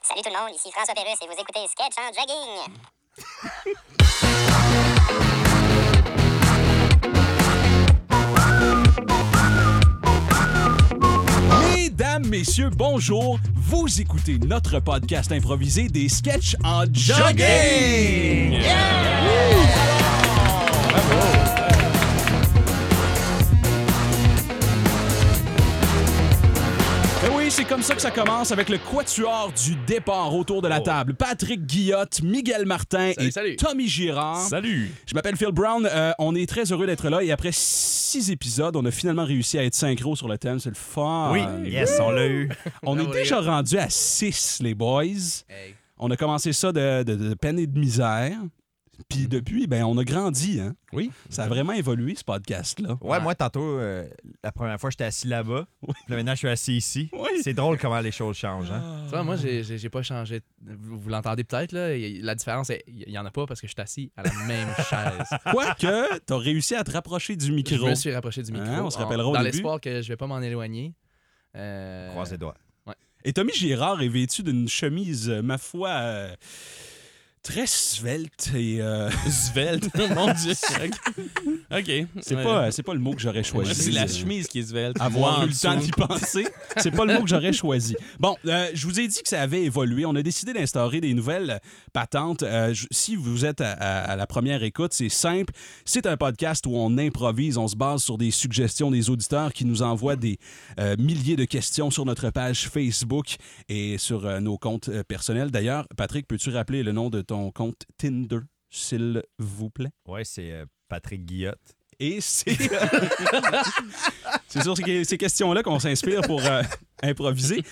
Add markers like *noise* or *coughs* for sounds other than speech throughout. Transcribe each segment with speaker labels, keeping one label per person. Speaker 1: Salut tout le monde, ici François Pérus et vous écoutez Sketch en jogging.
Speaker 2: Mesdames, messieurs, bonjour. Vous écoutez notre podcast improvisé des sketchs en jogging. Ben oui, c'est comme ça que ça commence avec le quatuor du départ autour de la table. Patrick Guillotte, Miguel Martin et
Speaker 3: Oh. salut.
Speaker 2: Tommy Girard.
Speaker 3: Salut!
Speaker 2: Je m'appelle Phil Brown. Euh, on est très heureux d'être là et après six épisodes, on a finalement réussi à être synchro sur le thème. C'est le fun.
Speaker 4: yes, on l'a eu.
Speaker 2: On est déjà rendu à 6, les boys. On a commencé ça de, de- de peine et de misère. Puis depuis, ben, on a grandi. Hein?
Speaker 3: Oui.
Speaker 2: Ça a vraiment évolué, ce podcast-là.
Speaker 4: Ouais, moi, tantôt, euh, la première fois, j'étais assis là-bas. Puis là, maintenant, je suis assis ici.
Speaker 2: Oui.
Speaker 4: C'est drôle comment les choses changent.
Speaker 2: Ah.
Speaker 4: Hein?
Speaker 3: Tu vois, moi, j'ai- j'ai j'ai pas changé. Vous, vous l'entendez peut-être, là. y- La différence, est- il y en a pas parce que je suis assis à la
Speaker 2: *laughs*
Speaker 3: même chaise.
Speaker 2: Quoique, t'as réussi à te rapprocher du
Speaker 3: Je
Speaker 2: micro.
Speaker 3: me suis rapproché du micro.
Speaker 2: Hein, on se rappellera
Speaker 3: en-
Speaker 2: au
Speaker 3: Dans
Speaker 2: début.
Speaker 3: l'espoir que je vais pas m'en éloigner. Euh,
Speaker 4: Croise les doigts.
Speaker 2: Et Tommy Girard est vêtu d'une chemise, euh, ma foi, euh, très svelte et... euh,
Speaker 5: Svelte, mon Dieu. OK.
Speaker 2: c'est
Speaker 5: Ouais.
Speaker 2: pas, euh, c'est pas le mot que j'aurais choisi.
Speaker 5: C'est la
Speaker 2: Euh,
Speaker 5: chemise qui est svelte.
Speaker 2: avoir
Speaker 5: Moi,
Speaker 2: eu le
Speaker 5: en
Speaker 2: temps
Speaker 5: dessous. *laughs*
Speaker 2: d'y penser. C'est pas le mot que j'aurais choisi. Bon, euh, je vous ai dit que ça avait évolué. On a décidé d'instaurer des nouvelles patentes. Euh, je- si vous êtes à, à- à la première écoute, c'est simple. C'est un podcast où on improvise, on se base sur des suggestions des auditeurs qui nous envoient des euh, milliers de questions sur notre page Facebook et sur euh, nos comptes euh, personnels. D'ailleurs, Patrick, peux-tu rappeler le nom de ton compte Tinder, s'il vous plaît?
Speaker 4: Ouais, c'est euh, Patrick Guillotte.
Speaker 2: Et c'est. euh, c'est sur ces ces questions-là qu'on s'inspire pour euh, improviser.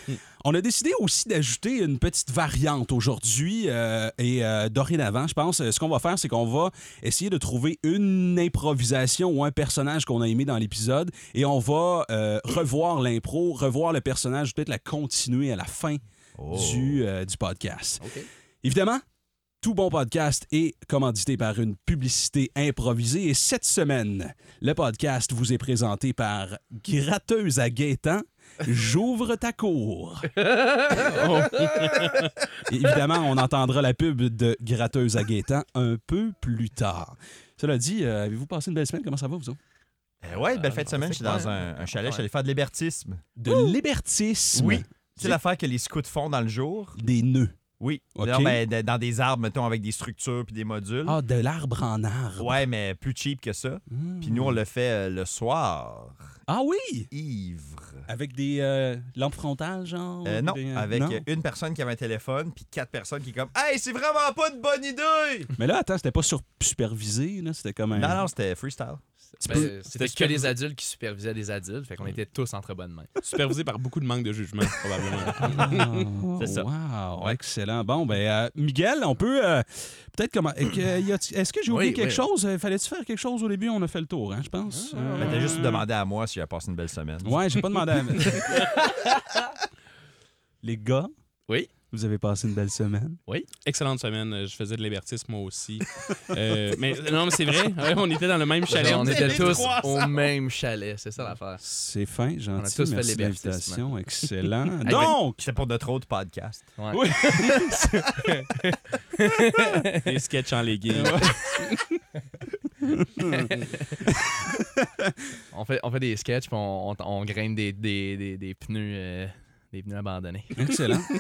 Speaker 2: On a décidé aussi d'ajouter une petite variante aujourd'hui euh, et euh, dorénavant, je pense. euh, Ce qu'on va faire, c'est qu'on va essayer de trouver une improvisation ou un personnage qu'on a aimé dans l'épisode et on va euh, revoir l'impro, revoir le personnage, peut-être la continuer à la fin
Speaker 4: Oh.
Speaker 2: du, euh, du podcast.
Speaker 3: OK.
Speaker 2: Évidemment, tout bon podcast est commandité par une publicité improvisée et cette semaine, le podcast vous est présenté par Gratteuse à Gaétan. J'ouvre ta
Speaker 4: *laughs*
Speaker 2: cour. Évidemment, on entendra la pub de Gratteuse à Gaétan un peu plus tard. Cela dit, euh, avez-vous passé une belle semaine? Comment ça va, vous autres?
Speaker 4: Euh, ouais, belle
Speaker 3: Euh,
Speaker 2: Ah,
Speaker 4: fête de semaine. Je suis
Speaker 3: c'est
Speaker 4: dans
Speaker 3: quoi,
Speaker 2: hein?
Speaker 4: un, un chalet. Je
Speaker 3: Ouais.
Speaker 4: suis allé faire de l'hébertisme.
Speaker 2: De libertisme.
Speaker 4: Oui. C'est
Speaker 2: C'est-
Speaker 4: l'affaire que les scouts font dans le jour.
Speaker 2: Des nœuds.
Speaker 4: Oui.
Speaker 2: Ok.
Speaker 4: Non, ben, d- dans des arbres, mettons, avec des structures puis des modules.
Speaker 2: Ah, de l'arbre en arbre.
Speaker 4: Mmh. Ouais, mais plus cheap que ça.
Speaker 2: Hmm.
Speaker 4: Puis nous, on le fait euh, le soir.
Speaker 2: Ah oui!
Speaker 4: Ivre.
Speaker 2: Avec des euh, lampes frontales, genre?
Speaker 4: Euh,
Speaker 2: ou
Speaker 4: non,
Speaker 2: des-
Speaker 4: avec
Speaker 2: Oh, non?
Speaker 4: euh, une personne qui avait un téléphone, puis quatre personnes qui, comme, hey, c'est vraiment pas une bonne idée!
Speaker 2: Mais là, attends, c'était pas sur- supervisé, là, c'était comme un...
Speaker 4: Non, non, c'était freestyle.
Speaker 3: Ben,
Speaker 5: peux-
Speaker 3: C'était que les adultes qui supervisaient les adultes. Fait qu'on était tous entre bonnes mains.
Speaker 5: *laughs* Supervisé par beaucoup de manque de jugement,
Speaker 2: *laughs*
Speaker 5: probablement.
Speaker 2: Ah,
Speaker 4: *laughs*
Speaker 5: C'est ça.
Speaker 2: Wow, excellent. Bon, ben, euh, Miguel, on peut euh, peut-être comment. est-ce que, y a- Est-ce que j'ai oublié
Speaker 3: Oui,
Speaker 2: quelque
Speaker 3: oui. Ah.
Speaker 2: chose Euh, Fallait-tu faire quelque chose au début On a fait le tour, hein, je pense. Euh,
Speaker 4: Mais Ben, t'as juste demandé à moi si j'avais passé une belle semaine.
Speaker 2: Ouais, j'ai pas demandé. à-
Speaker 4: *laughs*
Speaker 2: Les gars.
Speaker 3: Oui.
Speaker 2: Vous avez passé une belle semaine.
Speaker 5: Excellente semaine. euh, Je faisais de l'hébertisme, moi aussi. Euh, mais non, mais c'est vrai. ouais, on était dans le même chalet.
Speaker 3: on était
Speaker 4: les
Speaker 3: tous
Speaker 4: trois
Speaker 3: au même chalet. C'est ça l'affaire.
Speaker 2: C'est fin,
Speaker 3: a
Speaker 2: gentil.
Speaker 3: tous fait
Speaker 2: Merci de
Speaker 3: l'hébertisme.
Speaker 2: l'invitation. Excellent.
Speaker 3: *laughs* ben-
Speaker 2: Donc,
Speaker 4: C'était pour notre autre
Speaker 5: *laughs*
Speaker 4: podcast.
Speaker 3: Ouais.
Speaker 2: Oui.
Speaker 5: des sketchs
Speaker 2: *laughs*
Speaker 5: en leggings.
Speaker 3: On fait, on fait des sketchs puis on, on, on graine des, des, des, des pneus, euh, des pneus abandonnés.
Speaker 2: excellent. *laughs*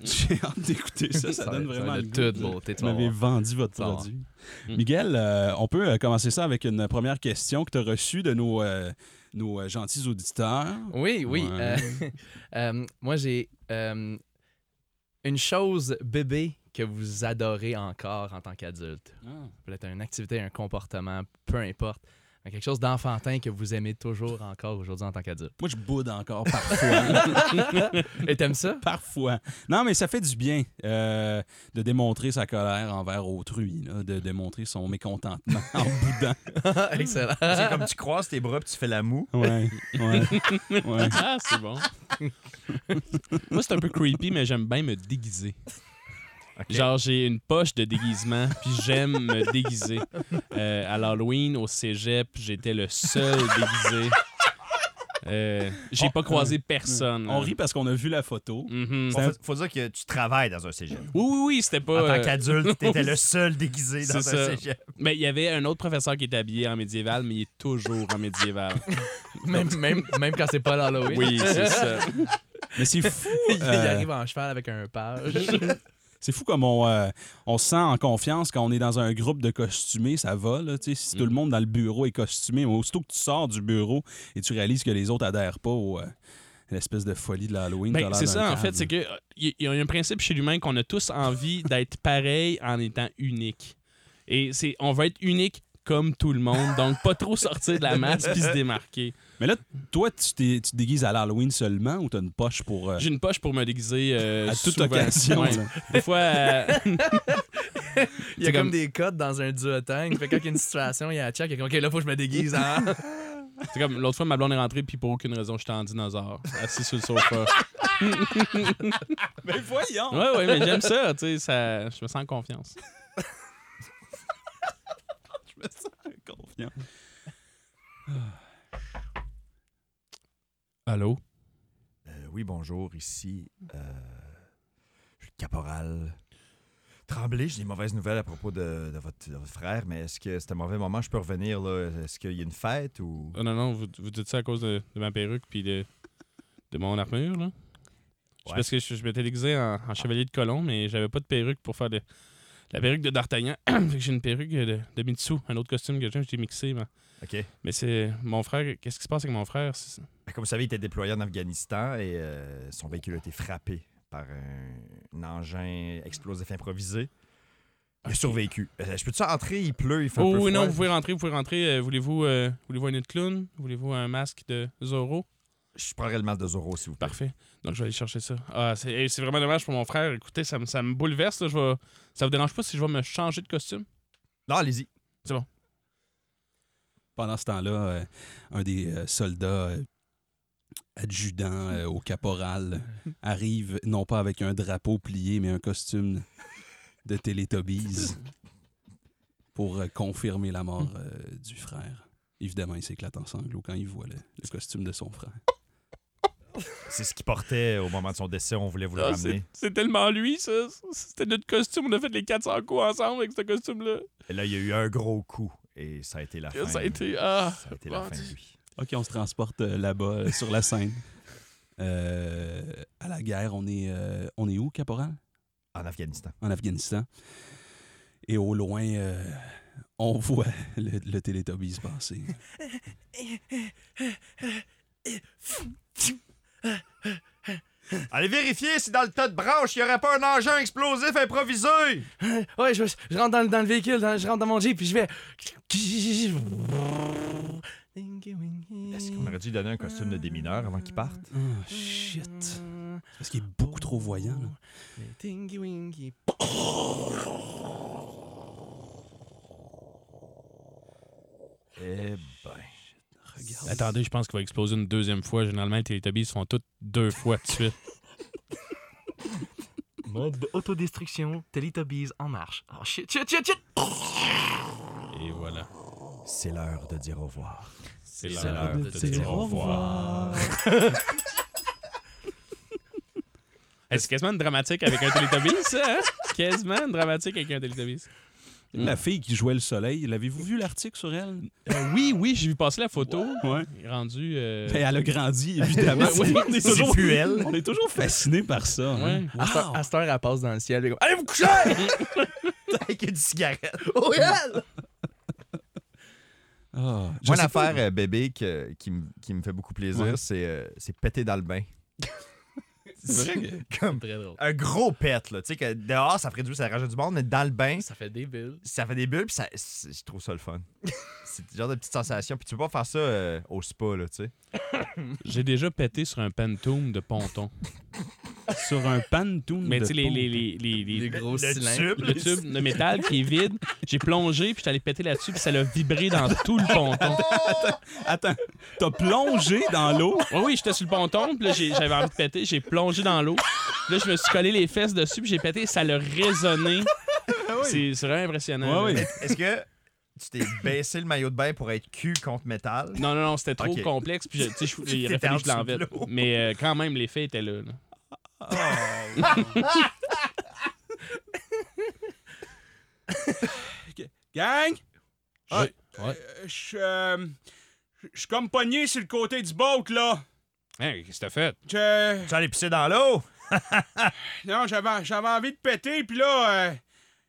Speaker 2: J'ai hâte d'écouter ça. Ça,
Speaker 3: Ça
Speaker 2: donne
Speaker 3: va- ça va
Speaker 2: vraiment
Speaker 3: être
Speaker 2: le goût
Speaker 3: de toute
Speaker 2: de-
Speaker 3: beauté, tu
Speaker 2: Vous
Speaker 3: vas
Speaker 2: m'avez vendu votre
Speaker 3: Tu vas voir.
Speaker 2: produit.
Speaker 5: Mm.
Speaker 2: Miguel, euh, on peut euh, commencer ça avec une première question que tu as reçue de nos, euh, nos euh, gentils auditeurs.
Speaker 3: Oui, oui.
Speaker 2: Ouais.
Speaker 3: euh, *laughs* euh, moi, j'ai euh, une chose bébé que vous adorez encore en tant qu'adulte. Ça peut être une activité, un comportement, peu importe. Mais Quelque chose d'enfantin que vous aimez toujours encore aujourd'hui en tant
Speaker 2: *laughs*
Speaker 3: qu'adulte.
Speaker 2: Moi, je boude encore parfois. *laughs*
Speaker 3: Et t'aimes ça?
Speaker 2: parfois. Non, mais ça fait du bien euh, de démontrer sa colère envers autrui, là, de démontrer son mécontentement *laughs* en boudant.
Speaker 3: Excellent.
Speaker 4: C'est comme tu croises tes bras puis tu fais la moue.
Speaker 2: Ouais, ouais, ouais.
Speaker 5: Ah, c'est bon. Moi, c'est un peu creepy, mais j'aime bien me déguiser. Genre, j'ai une poche de déguisement, puis j'aime me déguiser. Euh, à l'Halloween, au cégep, j'étais le seul déguisé. Euh, J'ai
Speaker 2: On-
Speaker 5: pas croisé personne.
Speaker 2: *laughs*
Speaker 5: là.
Speaker 2: Oh, On rit parce qu'on a vu la photo.
Speaker 5: Mhm.
Speaker 4: Bon, faut, faut dire que tu travailles dans un cégep.
Speaker 5: Oui, oui, oui, c'était
Speaker 4: En
Speaker 5: pas.
Speaker 4: tant
Speaker 5: euh, *laughs*
Speaker 4: qu'adulte, t'étais le seul déguisé dans un
Speaker 5: C'est ça.
Speaker 4: cégep.
Speaker 5: Mais il y avait un autre professeur qui était habillé en médiéval, mais il est toujours
Speaker 2: *laughs*
Speaker 5: en médiéval.
Speaker 3: Même, même, même quand c'est pas l'Halloween.
Speaker 5: Oui, c'est ça.
Speaker 2: Mais c'est fou.
Speaker 3: *laughs* Il
Speaker 2: euh,
Speaker 3: arrive en cheval avec un page.
Speaker 2: C'est fou comme on, euh, on se sent en confiance quand on est dans un groupe de costumés, ça va. Là, tu sais, si tout
Speaker 5: Mm.
Speaker 2: le monde dans le bureau est costumé, mais aussitôt que tu sors du bureau et tu réalises que les autres adhèrent pas au, euh, à l'espèce de folie de l'Halloween.
Speaker 5: Ben,
Speaker 2: t'as l'air
Speaker 5: c'est
Speaker 2: d'un
Speaker 5: ça, en
Speaker 2: cave,
Speaker 5: fait, c'est
Speaker 2: là.
Speaker 5: que euh, il y, a un principe chez l'humain qu'on a tous envie d'être pareil en étant unique. Et c'est, on va être unique comme tout le monde, donc pas trop sortir de la masse puis se démarquer.
Speaker 2: Mais là, toi, tu, t'es- tu te déguises à l'Halloween seulement ou t'as une poche pour. euh, *laughs*
Speaker 5: J'ai une poche pour me déguiser euh,
Speaker 2: à toute
Speaker 5: souvent.
Speaker 2: occasion.
Speaker 5: Ouais.
Speaker 2: là?
Speaker 5: Des fois, euh, *laughs*
Speaker 3: Il y a
Speaker 5: C'est
Speaker 3: comme,
Speaker 5: comme-
Speaker 3: des codes dans un duotang. Fait que quand il y a une situation, il y a un check, il y a comme, OK, là, faut que je me déguise hein? en.
Speaker 5: c'est comme l'autre fois, ma blonde est rentrée puis pour aucune raison, j'étais en dinosaure, assis sur le sofa.
Speaker 2: *laughs* Mais voyons!
Speaker 5: Ouais, ouais, mais j'aime ça, tu sais, ça, je me sens en confiance.
Speaker 2: Confiant.
Speaker 5: Allô?
Speaker 4: Euh, oui, bonjour, ici. euh, je suis le caporal. Tremblay, j'ai des mauvaises nouvelles à propos de, de votre, de votre frère, mais est-ce que c'est un mauvais moment? Je peux revenir, là? Est-ce qu'il y a une fête ou.
Speaker 5: Oh, non, non, vous, vous dites ça à cause de, de ma perruque puis de, de mon armure, là? C'est
Speaker 4: Ouais.
Speaker 5: Parce que je, je m'étais déguisé en, en chevalier de colon, mais j'avais pas de perruque pour faire de, la perruque de D'Artagnan. *clears throat* Fait que j'ai une perruque de, de Mitsu, un autre costume que j'ai, j'ai mixé. Mais,
Speaker 4: OK.
Speaker 5: mais c'est mon frère, qu'est-ce qui se passe avec mon frère? C'est-
Speaker 4: Ben, Comme vous savez, il était déployé en Afghanistan et euh, son véhicule a été frappé par un, un engin explosif improvisé. Il a survécu. Euh, je peux-tu entrer? Il pleut, il fait un
Speaker 5: Oh
Speaker 4: peu
Speaker 5: oui, non,
Speaker 4: froid.
Speaker 5: vous pouvez rentrer, vous pouvez rentrer. Euh, voulez-vous, euh, voulez-vous un nez de clown? Voulez-vous un masque de Zorro?
Speaker 4: Je prendrai le masque de Zoro, s'il vous plaît.
Speaker 5: Parfait. Donc, je vais aller chercher ça. Ah, c'est, eh, c'est vraiment dommage pour mon frère. Écoutez, ça me, ça me bouleverse. là. Je vais- ça vous dérange pas si je vais me changer de costume?
Speaker 4: Non, allez-y.
Speaker 2: Pendant ce temps-là, euh, un des euh, soldats euh, adjudants euh, au *laughs* caporal arrive, non pas avec un drapeau plié, mais un costume de Teletubbies pour euh, confirmer la mort euh, du frère. Évidemment, il s'éclate en sanglots quand il voit le, le costume de son frère.
Speaker 4: C'est ce qu'il portait au moment de son décès. On voulait vous le
Speaker 5: Ah,
Speaker 4: ramener.
Speaker 5: c'est, c'est tellement lui, ça. C'était notre costume. On a fait les 400 coups ensemble avec ce costume-là.
Speaker 4: Et là, il y a eu un gros coup et ça a été la fin.
Speaker 5: Ça a été. Ah,
Speaker 4: Ça a été la
Speaker 5: mon
Speaker 4: fin de
Speaker 5: Dieu.
Speaker 4: lui.
Speaker 2: OK, on se transporte euh, là-bas, euh, sur la scène. Euh, à la guerre, on est, euh, on est où, caporal?
Speaker 4: En Afghanistan.
Speaker 2: en Afghanistan. Et au loin, euh, on *laughs* voit le, le Teletubbies passer.
Speaker 4: Allez vérifier si dans le tas de branches, il n'y aurait pas un engin explosif improvisé.
Speaker 3: Ouais, je, je rentre dans, le- dans le véhicule, dans- je rentre dans mon Jeep, puis je vais.
Speaker 4: Est-ce qu'on aurait dû lui donner un costume de démineur avant qu'il parte?
Speaker 2: Oh, shit. Parce qu'il est beaucoup trop voyant. là.
Speaker 3: Les Tingy Wingy.
Speaker 4: Eh ben.
Speaker 2: Regarde.
Speaker 5: Attendez, je pense qu'il va exploser une deuxième fois. Généralement, les Teletubbies sont toutes deux fois de suite.
Speaker 3: Mode autodestruction, Teletubbies en marche. Oh shit, shit, shit, shit!
Speaker 5: Et voilà.
Speaker 4: C'est l'heure de dire au revoir.
Speaker 5: C'est
Speaker 3: l'heure de dire au
Speaker 5: revoir. Eh, c'est quasiment une dramatique avec un Teletubbies, ça, hein? Quasiment une dramatique avec un Teletubbies.
Speaker 2: La fille qui jouait le soleil, l'avez-vous vu l'article sur elle?
Speaker 5: Euh, oui, oui, j'ai vu passer la photo.
Speaker 2: Ouais.
Speaker 5: Rendu. euh,
Speaker 2: Ben, elle a grandi, évidemment. *laughs*
Speaker 5: Ouais, ouais.
Speaker 2: on, est
Speaker 4: C'est
Speaker 2: toujours,
Speaker 4: plus elle.
Speaker 2: on est toujours fasciné par ça. hein.
Speaker 5: ouais.
Speaker 3: À cette heure- à cette heure, elle passe dans le ciel, elle est comme. Allez vous coucher!
Speaker 4: *laughs* Avec une cigarette.
Speaker 3: *laughs* Oh, yeah!
Speaker 2: Ah, je
Speaker 4: Moi,
Speaker 2: sais pas.
Speaker 4: l'affaire euh, bébé que- qui, me- qui me fait beaucoup plaisir,
Speaker 2: Ouais.
Speaker 4: c'est euh, c'est péter dans le *laughs* bain.
Speaker 2: C'est vrai que-
Speaker 4: *laughs* Comme
Speaker 3: Très drôle.
Speaker 4: un gros pet, là. Tu sais, que dehors, ça ferait du bruit, ça rajoute du monde, mais dans le bain,
Speaker 3: Ça fait débile.
Speaker 4: ça fait des bulles, puis ça, c'est- je trouve ça le *laughs* fun. c'est le genre de petite sensation. Puis tu peux pas faire ça euh, au spa, là, tu sais.
Speaker 5: J'ai déjà pété sur un pantoum de ponton.
Speaker 2: sur un pantoum.
Speaker 5: Mais
Speaker 2: de
Speaker 5: tu sais, les,
Speaker 2: peau.
Speaker 5: les, les, les-
Speaker 3: Des
Speaker 5: les-
Speaker 3: gros
Speaker 4: le
Speaker 3: cylindres.
Speaker 4: tube,
Speaker 5: le tube *laughs* de métal qui est vide, j'ai plongé, puis j'étais allé péter là-dessus, puis ça l'a vibré dans tout le ponton.
Speaker 2: Attends, t'as plongé dans l'eau.
Speaker 5: Oui, oui, j'étais sur le ponton, puis là, j'ai- j'avais envie de péter, j'ai plongé dans l'eau. Là, je me suis collé les fesses *laughs* Ah dessus, puis j'ai pété, ça l'a résonné. C'est c'est vraiment impressionnant.
Speaker 2: Ouais,
Speaker 5: là.
Speaker 2: ouais.
Speaker 4: Est-ce que tu t'es baissé le maillot de bain pour être cul contre métal.
Speaker 5: Non, non, non, c'était trop
Speaker 4: Ok.
Speaker 5: complexe. Puis, je- tu sais, je- *laughs* il aurait
Speaker 4: T'étais
Speaker 5: fallu
Speaker 4: en
Speaker 5: que je l'envête.
Speaker 4: dessous de l'eau.
Speaker 5: Mais euh, quand même, l'effet était là. là.
Speaker 2: Gang! Je-
Speaker 5: Ouais.
Speaker 2: euh, Je euh, je- je suis comme pogné sur le côté du boat, là.
Speaker 5: Hey, qu'est-ce que t'as fait?
Speaker 2: Je-
Speaker 4: Tu allais pisser dans l'eau?
Speaker 2: non, j'avais j'avais envie de péter, puis là, euh,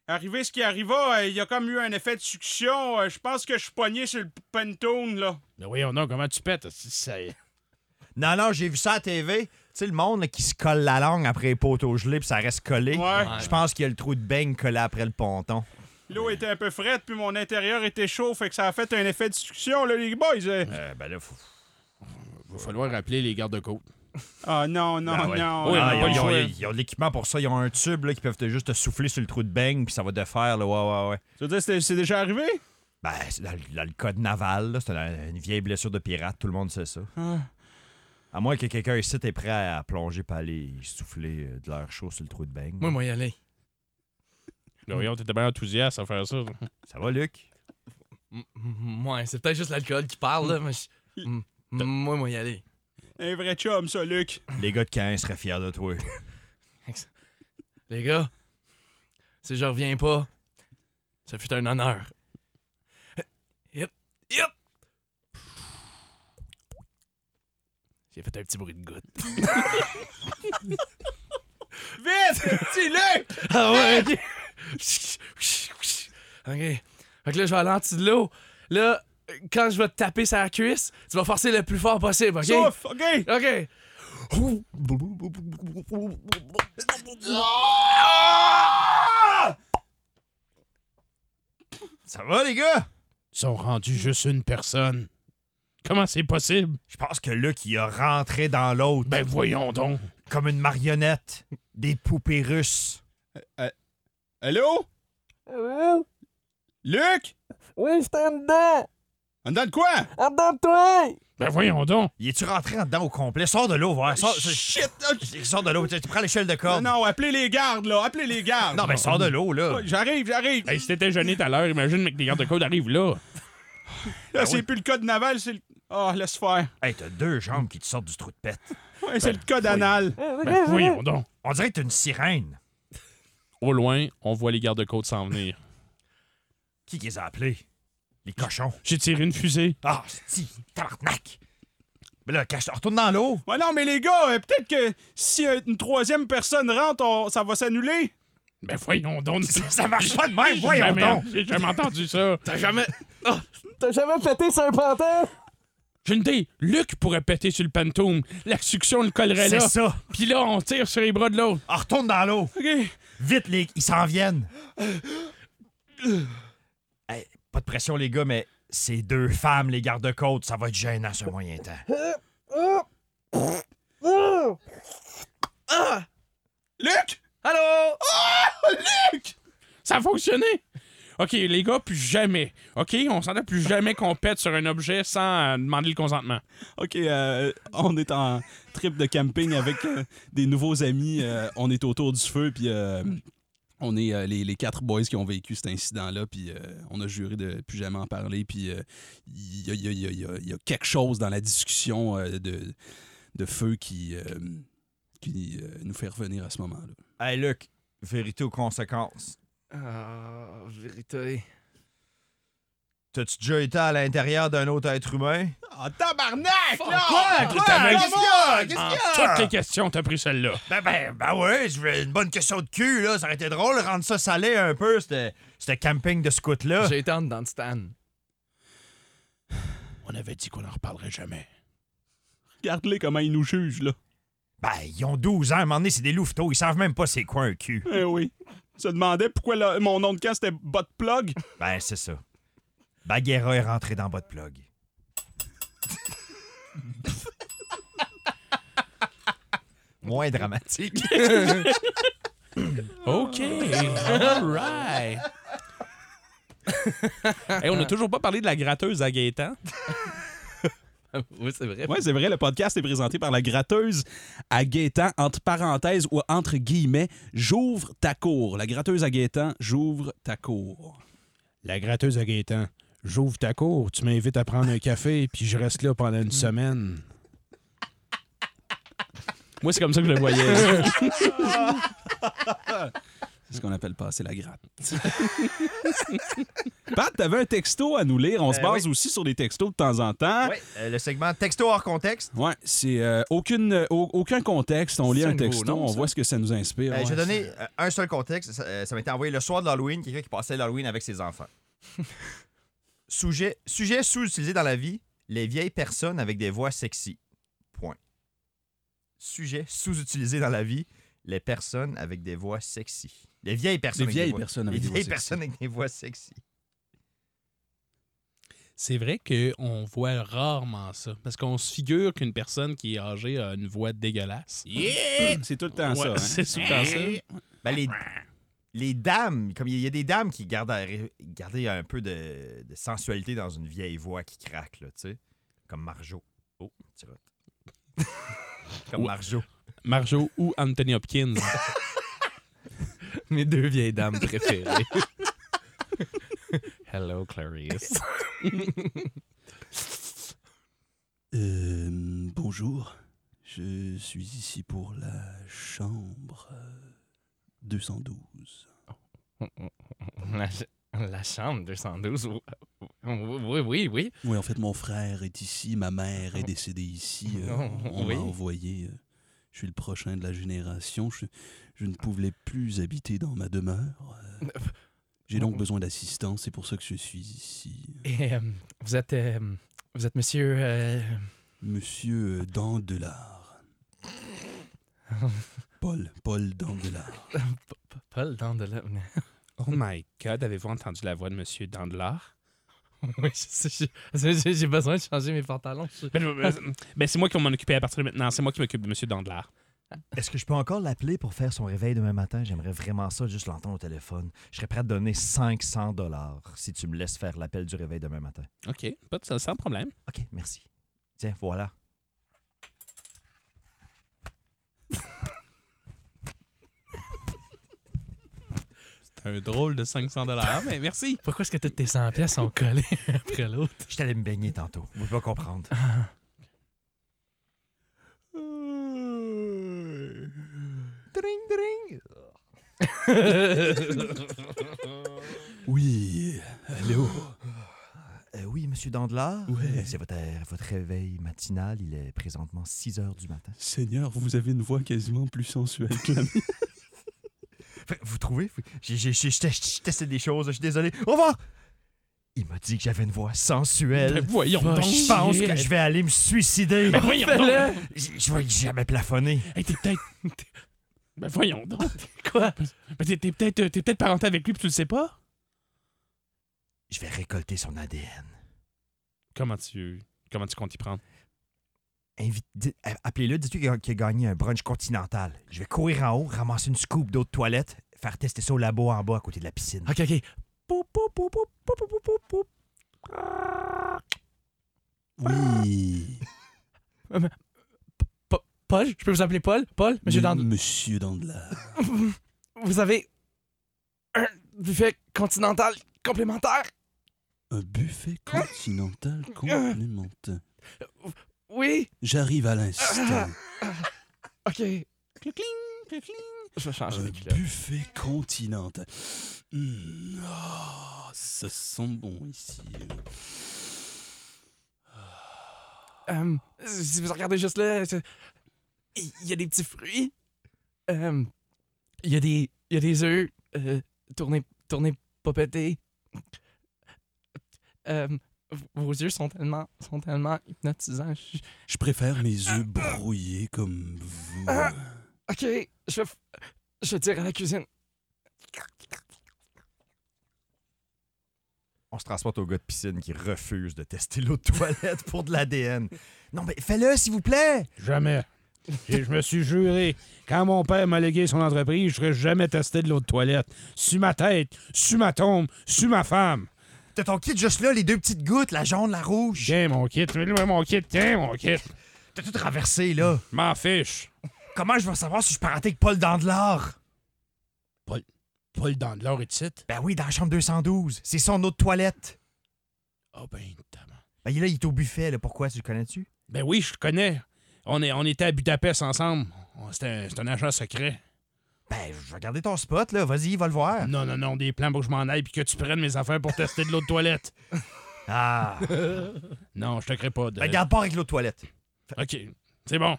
Speaker 2: arrivé ce qui arriva, euh, il y a comme eu un effet de succion. Euh, je pense que je suis pogné sur le pentone, là.
Speaker 5: Ben voyons donc, comment tu pètes? Ça...
Speaker 4: Non, non, j'ai vu ça à TV. Tu sais, le monde là, qui se colle la langue après les poteaux gelés, puis ça reste collé.
Speaker 2: Ouais.
Speaker 4: Je pense qu'il y a le trou de beigne collé après le ponton.
Speaker 2: L'eau était un peu frette, puis mon intérieur était chaud, fait que ça a fait un effet de succion, là, les boys. euh.
Speaker 4: Euh, ben là, faut...
Speaker 5: va falloir rappeler les gardes-côtes.
Speaker 2: Ah non, non,
Speaker 4: Ah ouais.
Speaker 2: non.
Speaker 5: Oui,
Speaker 2: non,
Speaker 4: Ah,
Speaker 5: on
Speaker 4: ils, ont,
Speaker 5: a pas le
Speaker 4: ils ont-
Speaker 5: choix.
Speaker 4: ils ont de l'équipement pour ça. Ils ont un tube là, qui peuvent te juste te souffler sur le trou de beigne, puis ça va te faire. Là, ouais, ouais, ouais.
Speaker 2: Tu veux dire, c'est c'est déjà arrivé?
Speaker 4: Ben, c'est dans, le- dans le code naval, là, c'est dans une vieille blessure de pirate. Tout le monde sait ça. À moins que quelqu'un ici est prêt à plonger pour aller souffler euh, de l'air chaud sur le trou de beigne.
Speaker 3: Moi, moi, y aller.
Speaker 5: Ben voyons, t'étais bien enthousiaste à faire ça. là.
Speaker 4: Ça va, Luc?
Speaker 3: M- m- Ouais, c'est peut-être juste l'alcool qui parle, là, mais je- m- m- moi, moi, y aller.
Speaker 2: Un vrai chum, ça, Luc.
Speaker 4: Les gars de 15 seraient fiers de toi.
Speaker 3: Les gars, si je reviens pas, ça fut un honneur. Yep, yep! J'ai fait un petit bruit de goutte.
Speaker 2: Vite! C'est Luc!
Speaker 3: Ah ouais, ok. *laughs* ok. Fait que là, je vais aller en dessous de l'eau. Là, quand je vais te taper sur la cuisse, tu vas forcer le plus fort possible, ok?
Speaker 2: Souffle, OK?
Speaker 3: Ok.
Speaker 4: Ça va, les gars?
Speaker 5: Ils sont rendus juste une personne. Comment c'est possible?
Speaker 4: Je pense que Luc, il a rentré dans l'autre
Speaker 5: Ben voyons donc.
Speaker 4: comme une marionnette. Des poupées russes.
Speaker 2: Allô?
Speaker 6: Allô?
Speaker 2: Luc?
Speaker 6: Oui, j'étais en dedans!
Speaker 2: En dedans de quoi?
Speaker 6: En dedans de toi!
Speaker 5: Ben voyons donc.
Speaker 4: Il est-tu rentré en dedans au complet? Sors de l'eau, voir. Sors,
Speaker 2: Shit! ah,
Speaker 4: sors de l'eau. Tu tu prends l'échelle de
Speaker 2: Non,
Speaker 4: corde.
Speaker 2: non, appelez les gardes, là. Appelez les gardes.
Speaker 4: Non, mais sors de l'eau, là.
Speaker 2: J'arrive, j'arrive.
Speaker 5: Hey, si t'étais gêné tout à l'heure, imagine mais que les gardes-côtes arrivent là.
Speaker 4: ben
Speaker 2: Là, c'est plus le code naval, c'est le. Ah, laisse faire.
Speaker 4: Hey, t'as deux jambes qui te sortent du trou de pète.
Speaker 2: Ouais, c'est le code anal.
Speaker 5: Ben voyons donc.
Speaker 4: On dirait que t'es une sirène.
Speaker 5: Au loin, on voit les gardes-côtes s'en venir.
Speaker 4: Qui qui les a appelés? Les cochons.
Speaker 5: J'ai tiré une fusée.
Speaker 4: Ah, c'est tabarnak! Mais là, cache retourne dans l'eau.
Speaker 2: Ouais, non, mais les gars, euh, peut-être que si euh, une troisième personne rentre, on- ça va s'annuler.
Speaker 5: Ben voyons donc.
Speaker 4: Ça marche pas de même, voyons
Speaker 5: Jamais-
Speaker 4: donc.
Speaker 5: J'ai jamais entendu ça.
Speaker 3: T'as jamais.
Speaker 6: T'as jamais pété sur un pantin?
Speaker 5: J'ai une idée. Luc pourrait péter sur le pantoum. La succion le collerait
Speaker 4: C'est
Speaker 5: là.
Speaker 4: ça.
Speaker 5: Puis là, on tire sur les bras de l'autre.
Speaker 4: Ah, retourne dans l'eau.
Speaker 2: OK.
Speaker 4: Vite, les... ils s'en viennent. Hey, pas de pression, les gars, mais ces deux femmes, les gardes-côtes, ça va être gênant ce moyen temps.
Speaker 6: Oh!
Speaker 2: Luc!
Speaker 3: Allô?
Speaker 5: Ça a fonctionné. OK, les gars, plus jamais. OK, on s'entend plus jamais qu'on pète sur un objet sans euh, demander le consentement.
Speaker 2: OK, euh, on est en trip de camping avec euh, des nouveaux amis. euh, on est autour du feu, puis euh, on est euh, les, les quatre boys qui ont vécu cet incident-là, puis euh, on a juré de plus jamais en parler. Puis euh, il y, a- il y a- il y a- il y a- il y a quelque chose dans la discussion euh, de, de feu qui, euh, qui euh, nous fait revenir à ce moment-là.
Speaker 4: Hey, Luc, vérité aux conséquences.
Speaker 3: Ah, vérité.
Speaker 4: T'as-tu déjà été à l'intérieur d'un autre être humain?
Speaker 2: Ah, tabarnak!
Speaker 4: Ah,
Speaker 5: Quoi? T'avais-
Speaker 4: Qu'est-ce qu'il y a? Qu'est-ce
Speaker 5: En
Speaker 4: qu'il y a?
Speaker 5: toutes les questions, t'as pris celle-là.
Speaker 4: Ben, ben, ben ouais, je voulais une bonne question de cul, là. Ça aurait été drôle, rendre ça salé un peu, ce ce camping de scout-là.
Speaker 3: J'ai été en dedans de Stan. *laughs*
Speaker 5: On avait dit qu'on en reparlerait jamais.
Speaker 2: Regarde-les comment ils nous jugent, là.
Speaker 4: Ben, ils ont 12 ans, à un moment donné, c'est des louveteaux, ils savent même pas c'est quoi un cul.
Speaker 2: Eh oui. Se demandait pourquoi la- mon nom de camp, c'était Bot Plug.
Speaker 4: Ben, c'est ça. Baguera est rentré dans votre plug. *laughs* Moins dramatique.
Speaker 5: OK. All right. Hey, on n'a toujours pas parlé de la gratteuse à Gaétan.
Speaker 3: oui, c'est vrai.
Speaker 2: Ouais, c'est vrai, le podcast est présenté par la gratteuse à Gaétan, entre parenthèses ou entre guillemets, j'ouvre ta cour. La gratteuse à Gaétan, j'ouvre ta cour.
Speaker 7: La gratteuse à Gaétan. J'ouvre ta cour, tu m'invites à prendre un café, puis je reste là pendant une semaine.
Speaker 5: Moi, c'est comme ça que je le voyais.
Speaker 2: C'est ce qu'on appelle passer la gratte. Pat, t'avais un texto à nous lire. On se
Speaker 4: Euh,
Speaker 5: Ben
Speaker 2: base
Speaker 4: oui.
Speaker 2: aussi sur des textos de temps en temps.
Speaker 4: *laughs* Ouais, euh, le segment texto hors contexte.
Speaker 2: Ouais, c'est euh, aucune, euh, au- aucun contexte. On lit
Speaker 3: C'est
Speaker 2: un
Speaker 3: un nouveau
Speaker 2: texto,
Speaker 3: nom,
Speaker 2: on
Speaker 3: ça.
Speaker 2: voit ce que ça nous inspire.
Speaker 4: Euh,
Speaker 2: Ouais,
Speaker 4: je vais
Speaker 2: c'est-
Speaker 4: donner euh, un seul contexte. Ça, euh, ça m'a été envoyé le soir de l'Halloween, quelqu'un qui passait l'Halloween avec ses
Speaker 2: *laughs*
Speaker 4: enfants. sujet sujet sous-utilisé dans la vie les vieilles personnes avec des voix sexy. Point. Sujet sous-utilisé dans la vie les personnes avec des voix sexy. Les vieilles personnes.
Speaker 2: Des
Speaker 4: avec
Speaker 2: vieilles
Speaker 4: voix-
Speaker 2: personnes
Speaker 4: Les
Speaker 2: avec des voix
Speaker 4: vieilles
Speaker 2: sexy.
Speaker 4: personnes avec des voix sexy.
Speaker 5: C'est vrai qu'on voit rarement ça. Parce qu'on se figure qu'une personne qui est âgée a une voix dégueulasse.
Speaker 2: C'est tout le temps ça.
Speaker 5: Ouais,
Speaker 2: hein.
Speaker 5: C'est tout le temps ça.
Speaker 4: Ben, les, les dames, comme il y a des dames qui gardent à- garder un peu de, de sensualité dans une vieille voix qui craque, là, tu sais. Comme Marjo. Oh, tu rates. *laughs* comme
Speaker 5: Ouais.
Speaker 4: Marjo.
Speaker 5: Marjo ou Anthony Hopkins.
Speaker 3: *laughs* Mes deux vieilles dames préférées. *laughs* Hello, Clarice.
Speaker 2: Euh, bonjour, je suis ici pour la chambre euh, 212.
Speaker 3: La, ch- la chambre 212. ou- Oui, oui, oui.
Speaker 2: Oui, en fait, mon frère est ici, ma mère est décédée ici. euh,
Speaker 3: *laughs* Non,
Speaker 2: on
Speaker 3: oui.
Speaker 2: m'a envoyé. euh, je suis le prochain de la génération. Je, je ne pouvais plus habiter dans ma demeure.
Speaker 3: *laughs*
Speaker 2: euh, J'ai donc besoin d'assistance, c'est pour ça que je suis ici.
Speaker 3: Et, euh, vous êtes. euh, vous êtes monsieur. euh,
Speaker 2: Monsieur euh,
Speaker 3: *laughs*
Speaker 2: Dandelard. Paul, Paul Dandelard.
Speaker 3: Paul Dandelot.
Speaker 5: Oh my God, avez-vous entendu la voix de Monsieur Dandelard?
Speaker 3: *laughs* Oui, je sais, je- j'ai j'ai besoin de changer mes pantalons. Je-
Speaker 5: Ben, c'est moi qui vais m'en occuper à partir de maintenant. C'est moi qui m'occupe de Monsieur Dandelard.
Speaker 4: Est-ce que je peux encore l'appeler pour faire son réveil demain matin? J'aimerais vraiment ça, juste l'entendre au téléphone. Je serais prêt à te donner 500 dollars si tu me laisses faire l'appel du réveil demain matin.
Speaker 5: OK, pas de sans problème.
Speaker 4: OK, merci. Tiens, voilà.
Speaker 5: C'est un drôle de 500 dollars, mais merci.
Speaker 3: Pourquoi est-ce que toutes tes 100 pièces sont collées après l'autre?
Speaker 4: Je t'allais me baigner tantôt. Vous pouvez pas comprendre. *laughs* Dring, dring.
Speaker 2: Oui, allô.
Speaker 4: Euh, oui, Monsieur Dandelard.
Speaker 2: Ouais.
Speaker 4: C'est votre, euh, votre réveil matinal. Il est présentement 6 heures du matin.
Speaker 2: Seigneur, vous avez une voix quasiment plus sensuelle que la mienne.
Speaker 4: Vous trouvez? Vous- j'ai- j'ai- j'ai- Je teste- je testais des choses. Je suis désolé. Au revoir! Il m'a dit que j'avais une voix
Speaker 5: Ben,
Speaker 4: sensuelle.
Speaker 5: voyons
Speaker 3: Va
Speaker 5: donc.
Speaker 4: Je pense que
Speaker 5: *laughs*
Speaker 4: je vais aller me suicider.
Speaker 5: Ben, voyons donc.
Speaker 4: Je je vais jamais plafonner.
Speaker 5: Hey, t'es peut-être... t'es- Ben, voyons donc.
Speaker 3: Quoi?
Speaker 5: Ben, t'es t'es peut-être t'es peut-être parenté avec lui, puis tu le sais pas?
Speaker 4: Je vais récolter son ADN.
Speaker 5: Comment tu... Comment tu comptes y prendre?
Speaker 4: Invite- dites- a- Appelez-le, dites-lui qu'il a- qu'il a gagné un brunch continental. Je vais courir en haut, ramasser une scoop d'eau de toilette, faire tester ça au labo en bas à côté de la piscine.
Speaker 3: Ok, ok. Pou, pou, pou, pou, pou, pou, pou, pou, pou.
Speaker 2: Oui.
Speaker 3: Pa- Paul? Je peux vous appeler Paul? Paul? Monsieur
Speaker 2: M-
Speaker 3: Dandelot?
Speaker 2: Monsieur Dandelard.
Speaker 3: *laughs* Vous avez un buffet continental complémentaire?
Speaker 2: Un buffet
Speaker 3: *laughs*
Speaker 2: continental complémentaire.
Speaker 3: Oui? Ah,
Speaker 2: J'arrive à l'instant.
Speaker 3: Ok. Je vais changer
Speaker 2: Un
Speaker 3: mes culottes.
Speaker 2: buffet continental. Hmm, ah, ça sent bon ici.
Speaker 3: Euh, si vous regardez juste là, c'est- il y a des petits fruits. Euh, Il y a des, il y a des œufs euh, tournés, tournés pas pétés. Euh, vos yeux sont tellement, sont tellement hypnotisants. Je-
Speaker 2: Je préfère mes œufs brouillés comme vous.
Speaker 3: Ok, je vais, f- je vais dire à la cuisine.
Speaker 4: On se transporte au gars de piscine qui refuse de tester l'eau de toilette pour de l'ADN. Non, mais fais-le, s'il vous plaît!
Speaker 7: Jamais. Et je me suis juré, quand mon père m'a légué son entreprise, je serais jamais testé de l'eau de toilette. Sur ma tête, sur ma tombe, sur ma femme.
Speaker 4: T'as ton kit juste là, les deux petites gouttes, la jaune, la rouge.
Speaker 7: Tiens, mon kit, mets-le mon kit, tiens, mon kit.
Speaker 4: T'as tout traversé, là.
Speaker 7: M'en fiche.
Speaker 4: Comment je vais savoir si je suis parenté avec Paul Dandelard?
Speaker 5: Paul Dandelard est ici.
Speaker 4: Ben oui, dans la chambre 212. C'est son autre toilette.
Speaker 5: Ah ben, tabarnak.
Speaker 4: Ben il est là, il est au buffet, là. Pourquoi? Tu le connais-tu?
Speaker 5: ben oui, je le connais. On, est, on était à Budapest ensemble. On- C'était un, c'est un agent secret.
Speaker 4: Ben, je vais regarder ton spot, là. Vas-y, va le voir.
Speaker 5: Non, non, non, des plans pour que je m'en aille puis que tu prennes mes affaires pour tester de l'eau de toilette.
Speaker 4: Ah! ben,
Speaker 5: Non, je te crée pas de.
Speaker 4: garde pas avec l'autre toilette.
Speaker 5: OK, c'est *laughs* bon.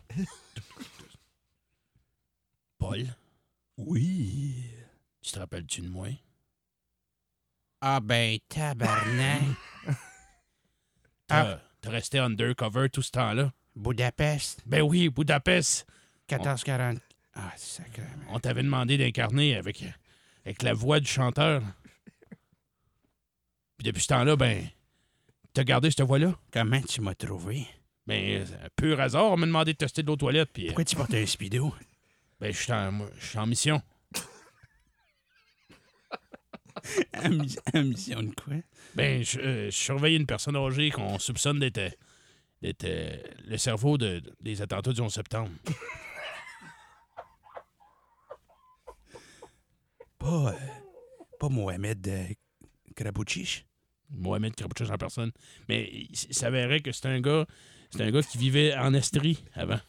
Speaker 5: Paul,
Speaker 2: Oui.
Speaker 5: tu te rappelles-tu de moi? Ah ben, tabarnak. *laughs* ah, t'es resté undercover tout ce temps-là? Budapest. Ben oui, Budapest. 1440. Ah, sacrément. On t'avait demandé d'incarner avec, avec la voix du chanteur. Puis depuis ce temps-là, ben, t'as gardé cette voix-là? Comment tu m'as trouvé? Ben, euh, pur hasard, on m'a demandé de tester de l'eau toilette. Puis, Pourquoi tu portais un speedo? Ben, je suis en, moi, je suis en mission.
Speaker 2: Ambition de quoi?
Speaker 5: Ben, je, euh, je surveille une personne âgée qu'on soupçonne d'être, euh, d'être, euh, le cerveau de- des attentats du 11 septembre.
Speaker 2: Pas, euh, pas Mohamed euh, Krabouchiche?
Speaker 5: Mohamed Krabouchage en personne. Mais il s- il s'avérait que c'est un gars, c'est un gars qui vivait en Estrie avant.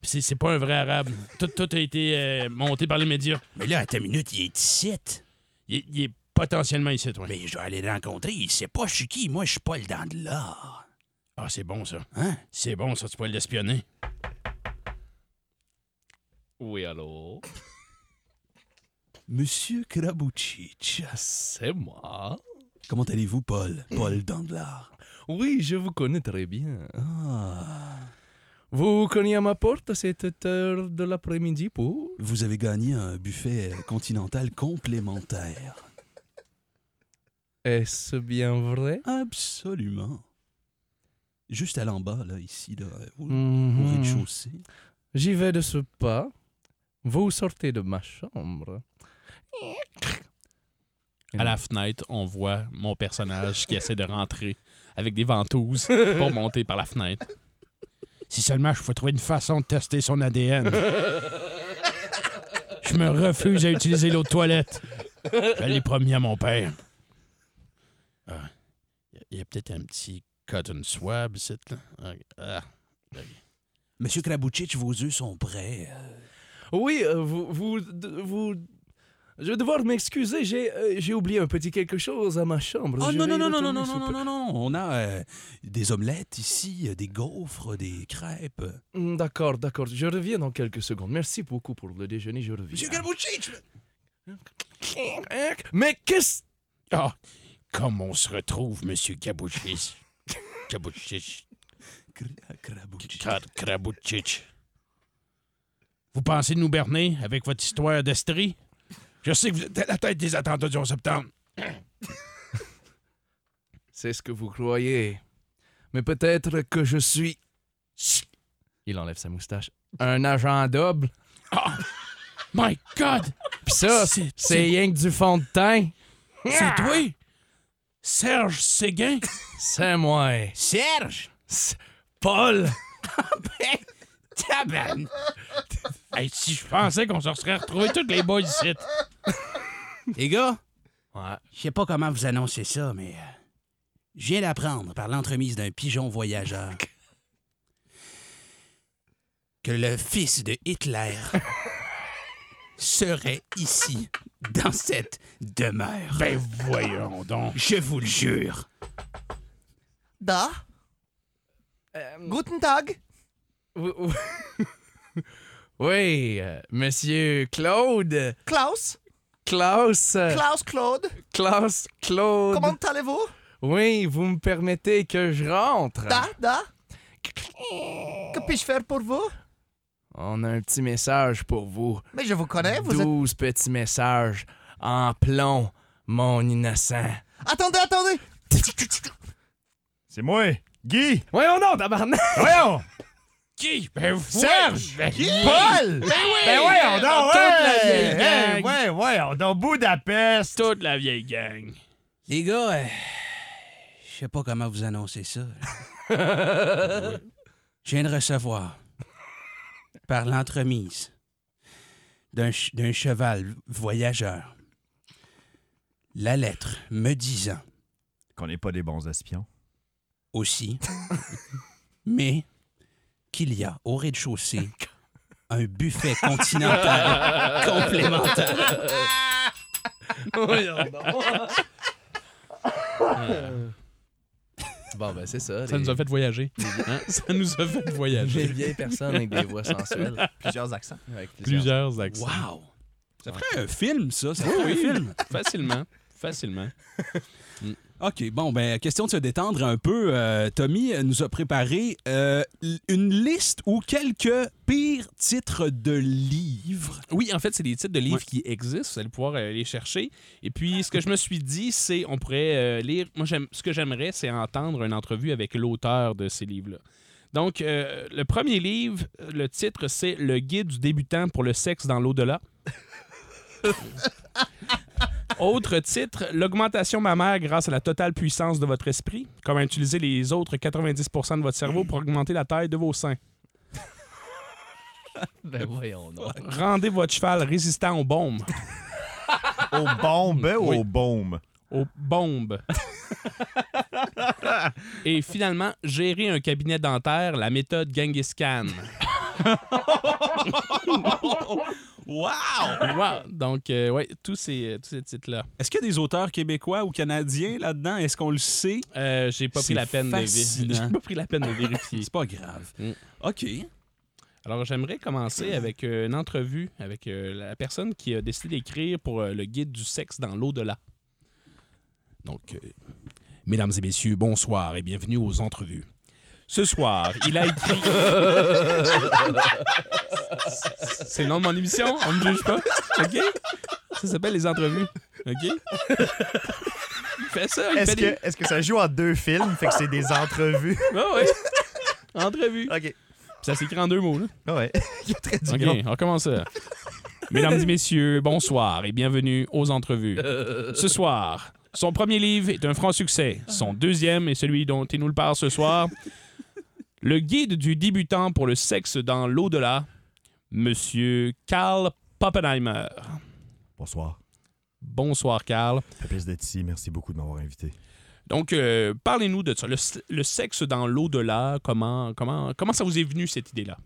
Speaker 5: Puis C'est, c'est pas un vrai arabe. Tout, tout a été euh, monté par les médias.
Speaker 2: Mais là, à ta minute, il est ici.
Speaker 5: Il, est- il est potentiellement ici, toi.
Speaker 2: Mais je vais aller le rencontrer. Il sait pas je suis qui. Moi, je suis pas le dent de l'or.
Speaker 5: Ah, c'est bon ça.
Speaker 2: Hein?
Speaker 5: C'est bon ça, tu peux l'espionner.
Speaker 3: Oui, allô?
Speaker 2: Monsieur Krabouchich.
Speaker 3: C'est moi.
Speaker 2: Comment allez-vous, Paul? Paul Dandelard.
Speaker 3: Oui, je vous connais très bien.
Speaker 2: Ah.
Speaker 3: Vous cognez à ma porte à cette heure de l'après-midi pour...
Speaker 2: Vous avez gagné un buffet continental complémentaire.
Speaker 3: Est-ce bien vrai?
Speaker 2: Absolument. Juste à l'en bas, là, ici, là, au, au
Speaker 3: Mhm.
Speaker 2: rez-de-chaussée.
Speaker 3: J'y vais de ce pas. Vous sortez de ma chambre.
Speaker 8: À la fenêtre, on voit mon personnage qui essaie de rentrer avec des ventouses
Speaker 5: *laughs*
Speaker 8: pour monter par la fenêtre.
Speaker 5: Si seulement je pouvais trouver une façon de tester
Speaker 8: *laughs*
Speaker 5: son ADN. je me refuse à utiliser l'eau de toilette. Je l'ai promis à mon père. Ah, Il y a peut-être un petit cotton swab, ici, là. Ah, ah.
Speaker 2: Monsieur Krabouchich, vos œufs sont prêts.
Speaker 3: Oui, euh, vous, vous, de- vous. Je vais devoir m'excuser, j'ai, euh, j'ai oublié un petit quelque chose à ma chambre.
Speaker 2: Oh
Speaker 3: Je
Speaker 2: non,
Speaker 3: vais
Speaker 2: non, non, non,
Speaker 3: y
Speaker 2: non,
Speaker 3: retourner
Speaker 2: non,
Speaker 3: sous
Speaker 2: non, non,
Speaker 3: peu.
Speaker 2: non, non. On a euh, des omelettes ici, euh, des gaufres, des crêpes.
Speaker 3: Mm, D'accord, d'accord, je reviens dans quelques secondes. Merci beaucoup pour le déjeuner, je reviens.
Speaker 2: Monsieur Krabouchich!
Speaker 3: Mais qu'est-ce.
Speaker 5: Ah, comme on se retrouve,
Speaker 8: *laughs*
Speaker 5: monsieur Kabouchich. Kabouchich.
Speaker 2: Cra- Krabouchich.
Speaker 5: Kra- Krabouchich. Vous pensez nous berner avec votre histoire d'Estrie? Je sais que vous êtes à la tête des attentats du 11 septembre.
Speaker 3: C'est ce que vous croyez. Mais peut-être que je suis. Il enlève sa moustache. Un agent double.
Speaker 5: My God!
Speaker 3: Pis ça,
Speaker 5: C'est-
Speaker 3: c'est rien que du fond de teint.
Speaker 5: C'est toi? Serge Séguin?
Speaker 3: C'est moi.
Speaker 5: Serge?
Speaker 2: *laughs*
Speaker 3: Paul!
Speaker 2: Ben,
Speaker 5: Tabarn! hey, si je pensais qu'on se serait retrouvés tous les boys ici.
Speaker 2: Les gars,
Speaker 3: Ouais.
Speaker 2: je sais pas comment vous annoncez ça, mais euh, je viens d'apprendre par l'entremise d'un pigeon voyageur que le fils de
Speaker 5: *laughs*
Speaker 2: Hitler serait ici, dans cette demeure.
Speaker 5: Ben voyons donc.
Speaker 2: Je vous le jure.
Speaker 4: Da? Guten Tag?
Speaker 3: *laughs* Oui, euh, monsieur Claude.
Speaker 4: Klaus?
Speaker 3: Klaus. euh,
Speaker 4: Klaus Claude?
Speaker 3: Klaus, Claude.
Speaker 4: allez-vous?
Speaker 3: Oui, vous me permettez que je rentre.
Speaker 4: da? Que puis-je faire pour vous?
Speaker 3: On a un petit message pour vous.
Speaker 4: Mais je vous connais,
Speaker 3: 12 petits messages en plomb, mon innocent.
Speaker 4: Attendez, attendez! C'est moi, Guy!
Speaker 3: Voyons non, tabarnak!
Speaker 4: Voyons!
Speaker 5: Qui? Ben vous.
Speaker 4: Serge!
Speaker 5: Ben,
Speaker 4: Paul! Ben oui! Ben hein. oui, on dort!
Speaker 5: Toute la vieille
Speaker 4: ouais, Euh,
Speaker 5: gang.
Speaker 4: ouais, ouais, on dort Budapest!
Speaker 5: Toute la vieille gang.
Speaker 2: Les gars, euh, je sais pas comment vous annoncer
Speaker 4: *laughs*
Speaker 2: ça. je viens de recevoir, par l'entremise d'un ch- d'un cheval voyageur, la lettre me disant
Speaker 4: Qu'on n'est pas des bons espions.
Speaker 2: aussi, *laughs* mais qu'il y a au rez-de-chaussée un buffet *laughs* continental complémentaire.
Speaker 3: Bon, ben c'est ça.
Speaker 5: Ça
Speaker 3: les-
Speaker 5: nous a fait voyager. Hein? Ça nous a fait
Speaker 3: Des
Speaker 5: voyager.
Speaker 3: vieilles personnes avec des voix sensuelles.
Speaker 4: Plusieurs accents.
Speaker 3: Avec plusieurs.
Speaker 5: Plusieurs accents.
Speaker 2: Wow! Ça ferait un film, ça. Ça ferait
Speaker 5: Oui,
Speaker 2: un film.
Speaker 5: Facilement. Facilement.
Speaker 2: OK, bon, ben, question de se détendre un peu. euh, Tommy nous a préparé euh, l- une liste ou quelques pires titres de livres.
Speaker 5: Oui, en fait, c'est des titres de livres
Speaker 2: Ouais.
Speaker 5: qui existent. Vous allez pouvoir euh, les chercher. Et puis, ce que je me suis dit, c'est on pourrait euh, lire. Moi, j'aime- ce que j'aimerais, c'est entendre une entrevue avec l'auteur de ces livres-là. Donc, euh, le premier livre, le titre, c'est Le guide du débutant pour le sexe dans l'au-delà. Autre titre, l'augmentation mammaire grâce à la totale puissance de votre esprit. Comment utiliser les autres 90% de votre cerveau pour augmenter la taille de vos seins.
Speaker 3: Ben voyons donc.
Speaker 5: Rendez votre cheval résistant aux bombes.
Speaker 4: Au bombe *laughs* ou
Speaker 5: Oui.
Speaker 4: au baume?
Speaker 5: Aux bombes. Et finalement, gérer un cabinet dentaire, la méthode Genghis Khan.
Speaker 2: Wow!
Speaker 5: Wow! Donc, euh, ouais, tous ces, tous ces titres-là.
Speaker 2: Est-ce qu'il y a des auteurs québécois ou canadiens là-dedans? Est-ce qu'on le sait?
Speaker 5: Euh, J'ai pas,
Speaker 2: C'est
Speaker 5: pris la peine de vé-
Speaker 2: fascinant.
Speaker 5: *laughs* J'ai pas pris la peine de vérifier.
Speaker 2: C'est pas grave.
Speaker 5: Mm.
Speaker 2: OK.
Speaker 5: Alors, j'aimerais commencer avec euh, une entrevue avec euh, la personne qui a décidé d'écrire pour euh, le guide du sexe dans l'au-delà. Donc, euh, mesdames et messieurs, bonsoir et bienvenue aux entrevues. Ce soir, il a écrit. *laughs* C'est le nom de mon émission, on ne juge pas. OK? Ça s'appelle les entrevues. OK? Il fait ça, il
Speaker 4: Est-ce
Speaker 5: fait des-
Speaker 4: que, est-ce que ça joue en deux films? Fait que c'est des entrevues.
Speaker 5: Ah ouais. Entrevue.
Speaker 4: OK.
Speaker 5: Ça s'écrit en deux mots, là.
Speaker 4: Ah Ouais. *laughs* Il y a très du
Speaker 5: OK,
Speaker 4: long.
Speaker 5: on recommence ça. Mesdames et messieurs, bonsoir et bienvenue aux entrevues.
Speaker 3: Euh,
Speaker 5: Ce soir, son premier livre est un franc succès. Son deuxième est celui dont il nous le parle ce soir. Le guide du débutant pour le sexe dans l'au-delà, Monsieur Karl Pappenheimer.
Speaker 4: Bonsoir.
Speaker 5: Bonsoir, Karl.
Speaker 4: Ça fait plaisir d'être ici. Merci beaucoup de m'avoir invité.
Speaker 5: Donc, euh, parlez-nous de ça. Le, s- le sexe dans l'au-delà, comment, comment, comment ça vous est venu, cette idée-là?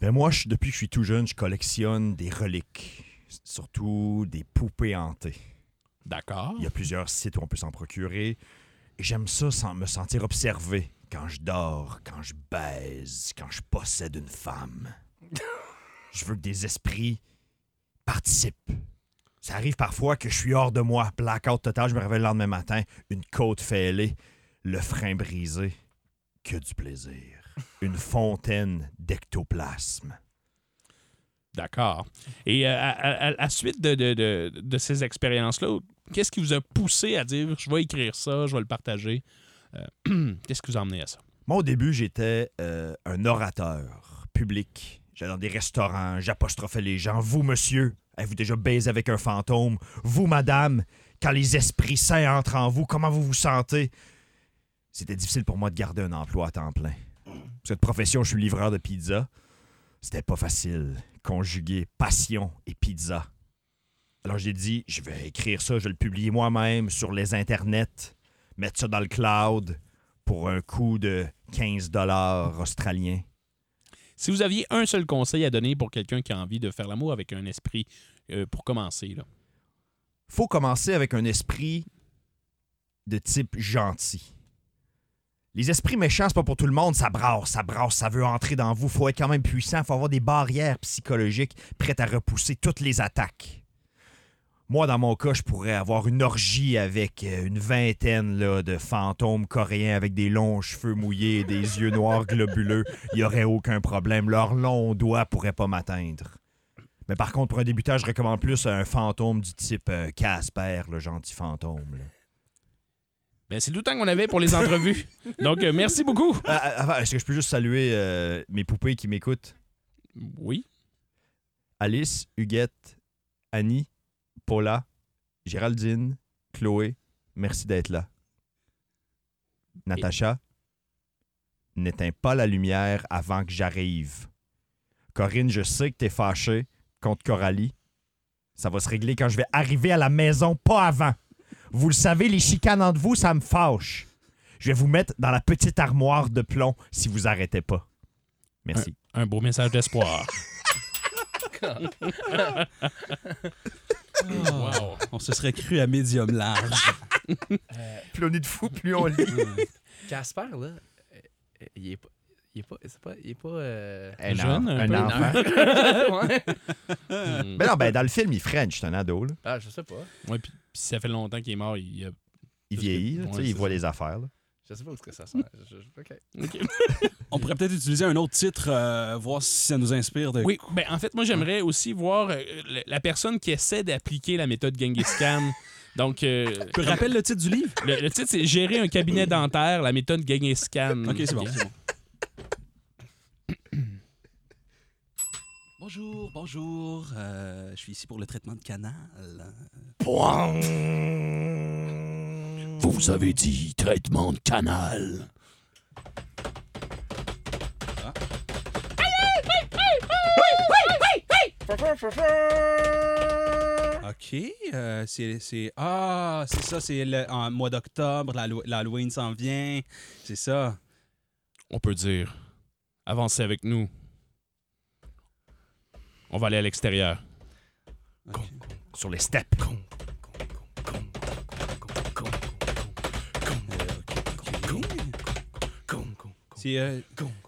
Speaker 4: Ben moi, je- depuis que je suis tout jeune, je collectionne des reliques. S- Surtout des poupées hantées.
Speaker 5: D'accord.
Speaker 4: Il y a plusieurs sites où on peut s'en procurer. Et j'aime ça sans me sentir observé. Quand je dors, quand je baise, quand je possède une femme. je veux que des esprits participent. Ça arrive parfois que je suis hors de moi, blackout total, je me réveille le lendemain matin, une côte fêlée, le frein brisé. Que du plaisir. Une fontaine d'ectoplasme.
Speaker 5: D'accord. Et euh, à, à- à la suite de, de- de- de ces expériences-là, qu'est-ce qui vous a poussé à dire je vais écrire ça, je vais le partager Euh, *clears throat* Qu'est-ce qui vous a emmené à ça
Speaker 4: Moi, au début, j'étais euh, un orateur public. J'allais dans des restaurants, j'apostrophais les gens. Vous, monsieur, avez-vous déjà baisé avec un fantôme? Vous, madame, quand les esprits saints entrent en vous, comment vous vous sentez? C'était difficile pour moi de garder un emploi à temps plein. Cette profession, je suis livreur de pizza. C'était pas facile. Conjuguer passion et pizza. Alors j'ai dit, je vais écrire ça, je vais le publier moi-même sur les internets, mettre ça dans le cloud, pour un coût de 15 dollars australiens.
Speaker 5: Si vous aviez un seul conseil à donner pour quelqu'un qui a envie de faire l'amour avec un esprit euh, pour commencer, là.
Speaker 4: Faut commencer avec un esprit de type gentil. Les esprits méchants, c'est pas pour tout le monde, ça brasse, ça brasse, ça veut entrer dans vous, faut être quand même puissant, faut avoir des barrières psychologiques prêtes à repousser toutes les attaques. Moi, dans mon cas, je pourrais avoir une orgie avec euh, une vingtaine là, de fantômes coréens avec des longs cheveux mouillés et des yeux noirs globuleux. Il n'y aurait aucun problème. Leurs longs doigts pourraient pas m'atteindre. Mais par contre, pour un débutant, je recommande plus un fantôme du type euh, Casper, le gentil fantôme. là.
Speaker 5: Ben, c'est tout le temps qu'on avait pour les entrevues. Donc, euh, merci beaucoup.
Speaker 4: Ah, ah, avant, Est-ce que je peux juste saluer euh, mes poupées qui m'écoutent?
Speaker 5: Oui.
Speaker 4: Alice, Huguette, Annie, Paula, Géraldine, Chloé, merci d'être là. Natacha, n'éteins pas la lumière avant que j'arrive. Corinne, je sais que t'es fâchée contre Coralie. Ça va se régler quand je vais arriver à la maison, pas avant. Vous le savez, les chicanes entre vous, ça me fâche. Je vais vous mettre dans la petite armoire de plomb si vous arrêtez pas. Merci.
Speaker 5: Un beau message d'espoir.
Speaker 2: Ah.
Speaker 5: wow.
Speaker 2: On se serait cru à médium large.
Speaker 4: Plus on est de fou, plus on lit.
Speaker 3: Casper, là, euh, euh, il est pas. Il est pas. C'est pas. Il est pas. euh,
Speaker 4: Un,
Speaker 5: Jeune,
Speaker 4: en-
Speaker 5: un
Speaker 4: un
Speaker 5: peu.
Speaker 4: enfant.
Speaker 5: *laughs*
Speaker 3: ouais.
Speaker 5: Hmm.
Speaker 4: Mais non, ben, dans le film, il French, c'est un ado. là.
Speaker 3: Ah, je sais pas.
Speaker 5: Ouais, puis puis si ça fait longtemps qu'il est mort, il a...
Speaker 4: Il
Speaker 5: Parce que-
Speaker 4: vieillit, là, tu sais,
Speaker 5: ouais,
Speaker 4: il
Speaker 5: c'est
Speaker 4: voit
Speaker 5: ça.
Speaker 4: les affaires. là.
Speaker 3: Je sais pas où ce que ça sent. Je- je- ok.
Speaker 2: On pourrait peut-être utiliser un autre titre, euh, voir si ça nous inspire de.
Speaker 5: Oui, ben, en fait, moi, j'aimerais aussi voir euh, la- la personne qui essaie d'appliquer la méthode Genghis
Speaker 2: *laughs*
Speaker 5: Khan. Donc, euh,
Speaker 2: Tu rappelles le titre du livre?
Speaker 5: le, le titre, c'est Gérer un cabinet dentaire, la méthode Genghis Khan.
Speaker 2: Ok, c'est bon, c'est bon. *coughs* Bonjour, bonjour. euh, je suis ici pour le traitement de canal.
Speaker 5: Vous avez dit traitement de canal.
Speaker 2: OK. euh, c'est, c'est- Ah, c'est ça, c'est le en mois d'octobre, l'Halloween- l'Halloween s'en vient. C'est ça.
Speaker 5: On peut dire avancez avec nous. On va aller à l'extérieur.
Speaker 2: OK.
Speaker 4: Sur les steppes.
Speaker 2: C'est, euh,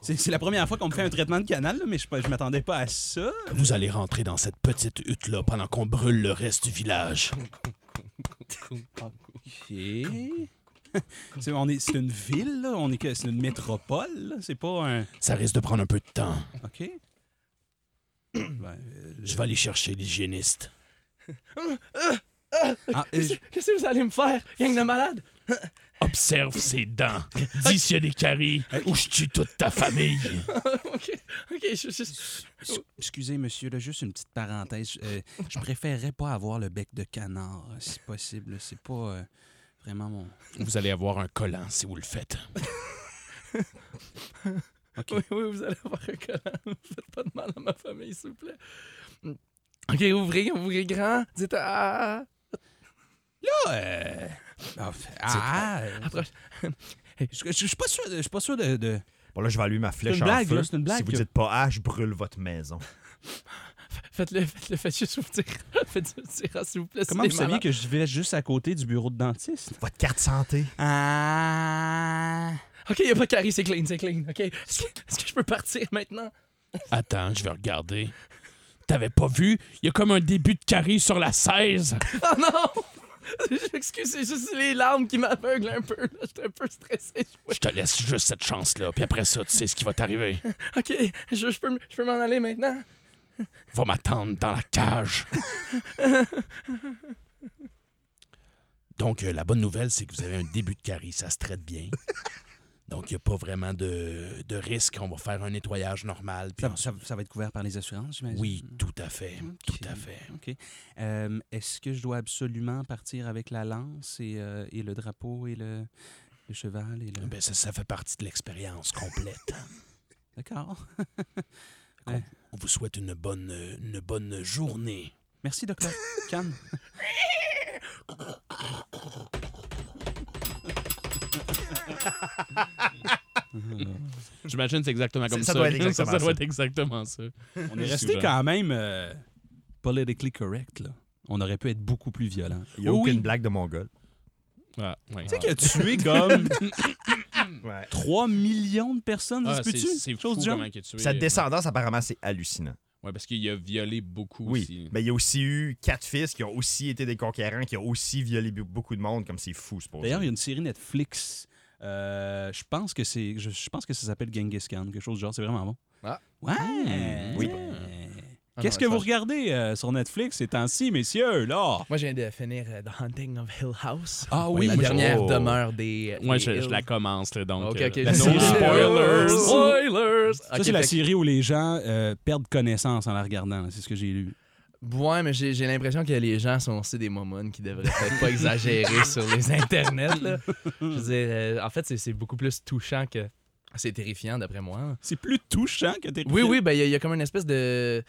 Speaker 2: c'est, c'est la première fois qu'on me fait un traitement de canal, là, mais je, je m'attendais pas à ça.
Speaker 5: Vous allez rentrer dans cette petite hutte-là pendant qu'on brûle le reste du village.
Speaker 2: OK. c'est, on est, c'est une ville, là, On est, que- c'est une métropole. là, C'est pas un.
Speaker 5: Ça risque de prendre un peu de temps.
Speaker 2: OK. *coughs* Ben, euh,
Speaker 5: Je vais aller chercher l'hygiéniste.
Speaker 2: ah, euh, je-
Speaker 3: Qu'est-ce que vous allez me faire, gang de malade?
Speaker 5: Observe ses *laughs* dents. Dis s'il y a des caries ou je tue toute ta famille.
Speaker 3: ok, ok, je, je-
Speaker 2: S- Excusez, monsieur, là, juste une petite parenthèse. Euh, je préférerais pas avoir le bec de canard, euh, si possible. C'est pas euh, vraiment mon.
Speaker 5: *laughs* Vous allez avoir un collant si vous le faites.
Speaker 3: Oui, oui, vous allez avoir un collant. *laughs* Ne faites pas de mal à ma famille, s'il vous plaît. Hmm. Ok, ouvrez, ouvrez grand. Dites ah.
Speaker 2: Ah, euh, ah, ah, euh,
Speaker 3: Approche.
Speaker 2: je, je- je suis pas sûr, je suis pas sûr de. de-
Speaker 4: Bon, là, je vais allumer ma flèche
Speaker 2: une
Speaker 4: en
Speaker 2: blague,
Speaker 4: feu.
Speaker 2: là, c'est une blague,
Speaker 4: si vous
Speaker 2: là.
Speaker 4: dites pas « Ah, je brûle votre maison
Speaker 3: Faites-le, faites-le, faites juste ouvrir. *laughs* Faites juste ouvrir, s'il vous plaît.
Speaker 2: Comment vous saviez que je vivais juste à côté du bureau de dentiste ».
Speaker 4: Votre carte santé.
Speaker 2: Ah.
Speaker 3: Ok, y a pas de carie, c'est clean, c'est clean. Ok, est-ce que, est-ce que je peux partir maintenant?
Speaker 5: Attends, je vais regarder. T'avais pas vu? Il y a comme un début de carie sur la 16.
Speaker 3: *laughs*
Speaker 5: *laughs*
Speaker 3: Oh non! Excusez, c'est juste les larmes qui m'aveuglent un peu. là. J'étais un peu stressé.
Speaker 5: Je te laisse juste cette chance-là, puis après ça, tu sais ce qui va t'arriver.
Speaker 3: Ok, je, je peux, m- je peux m'en aller maintenant.
Speaker 5: Va m'attendre dans la cage. *laughs* Donc, euh, la bonne nouvelle, c'est que vous avez un début de carie, ça se traite *laughs* bien. Donc, il n'y a pas vraiment de, de risque. On va faire un nettoyage normal. Puis
Speaker 2: Ça, ça- ça va être couvert par les assurances,
Speaker 5: on-
Speaker 2: j'imagine.
Speaker 5: Oui, tout à fait.
Speaker 2: Ok.
Speaker 5: Tout à fait.
Speaker 2: OK. Euh, Est-ce que je dois absolument partir avec la lance et, euh, et le drapeau et le, le cheval et le.
Speaker 5: Ben, ça, ça fait partie de l'expérience *laughs* complète.
Speaker 2: D'accord.
Speaker 5: On vous souhaite une bonne, euh, une bonne journée.
Speaker 2: Merci, *laughs* docteur. Cannes.
Speaker 5: J'imagine que c'est exactement
Speaker 4: comme Ça- ça
Speaker 5: *laughs*
Speaker 4: ça. doit être exactement Ça doit ça. être
Speaker 5: exactement ça.
Speaker 2: On est resté quand même euh, politically correct, là. On aurait pu être beaucoup plus violent.
Speaker 4: Il n'y a
Speaker 5: Oui.
Speaker 4: aucune blague de Mongol.
Speaker 5: Ah,
Speaker 2: Tu sais qu'il a tué *laughs* comme
Speaker 4: Ouais.
Speaker 2: 3 millions de personnes,
Speaker 5: Ah,
Speaker 2: ça se peut-tu? Chose du genre.
Speaker 4: Sa descendance, apparemment, c'est hallucinant.
Speaker 5: Ouais, parce qu'il a violé beaucoup
Speaker 4: Oui,
Speaker 5: aussi.
Speaker 4: mais il y a aussi eu quatre fils qui ont aussi été des conquérants, qui ont aussi violé bu- beaucoup de monde, comme c'est fou, c'est pour
Speaker 2: D'ailleurs, il y a une série Netflix. euh, je pense que c'est. Je, je pense que ça s'appelle Genghis Khan, quelque chose du genre, c'est vraiment bon.
Speaker 3: Ah.
Speaker 2: Ouais!
Speaker 4: Oui.
Speaker 2: Qu'est-ce que vous regardez euh, sur Netflix ces temps-ci, messieurs, là?
Speaker 3: Moi, je viens de finir euh, The Hunting of Hill House.
Speaker 2: Ah
Speaker 3: la
Speaker 4: moi, je-
Speaker 3: dernière
Speaker 4: oh.
Speaker 3: demeure des.
Speaker 5: Moi,
Speaker 3: des
Speaker 5: je, je
Speaker 3: Hill.
Speaker 5: la commence, là, donc.
Speaker 3: Ben, Ok,
Speaker 5: euh,
Speaker 3: ok.
Speaker 5: la-
Speaker 3: je-
Speaker 5: no
Speaker 2: spoilers.
Speaker 3: Spoilers!
Speaker 2: Ça, c'est la série où les gens euh, perdent connaissance en la regardant, là, c'est ce que j'ai lu.
Speaker 3: Ouais, mais j'ai j'ai l'impression que les gens sont aussi des momones qui devraient peut-être pas exagérer sur les internets. là. Je veux dire, euh, en fait, c'est- c'est beaucoup plus touchant que. C'est terrifiant, d'après moi.
Speaker 2: C'est plus touchant que t'es
Speaker 3: Oui, oui, ben il y, a- il y a comme une espèce de.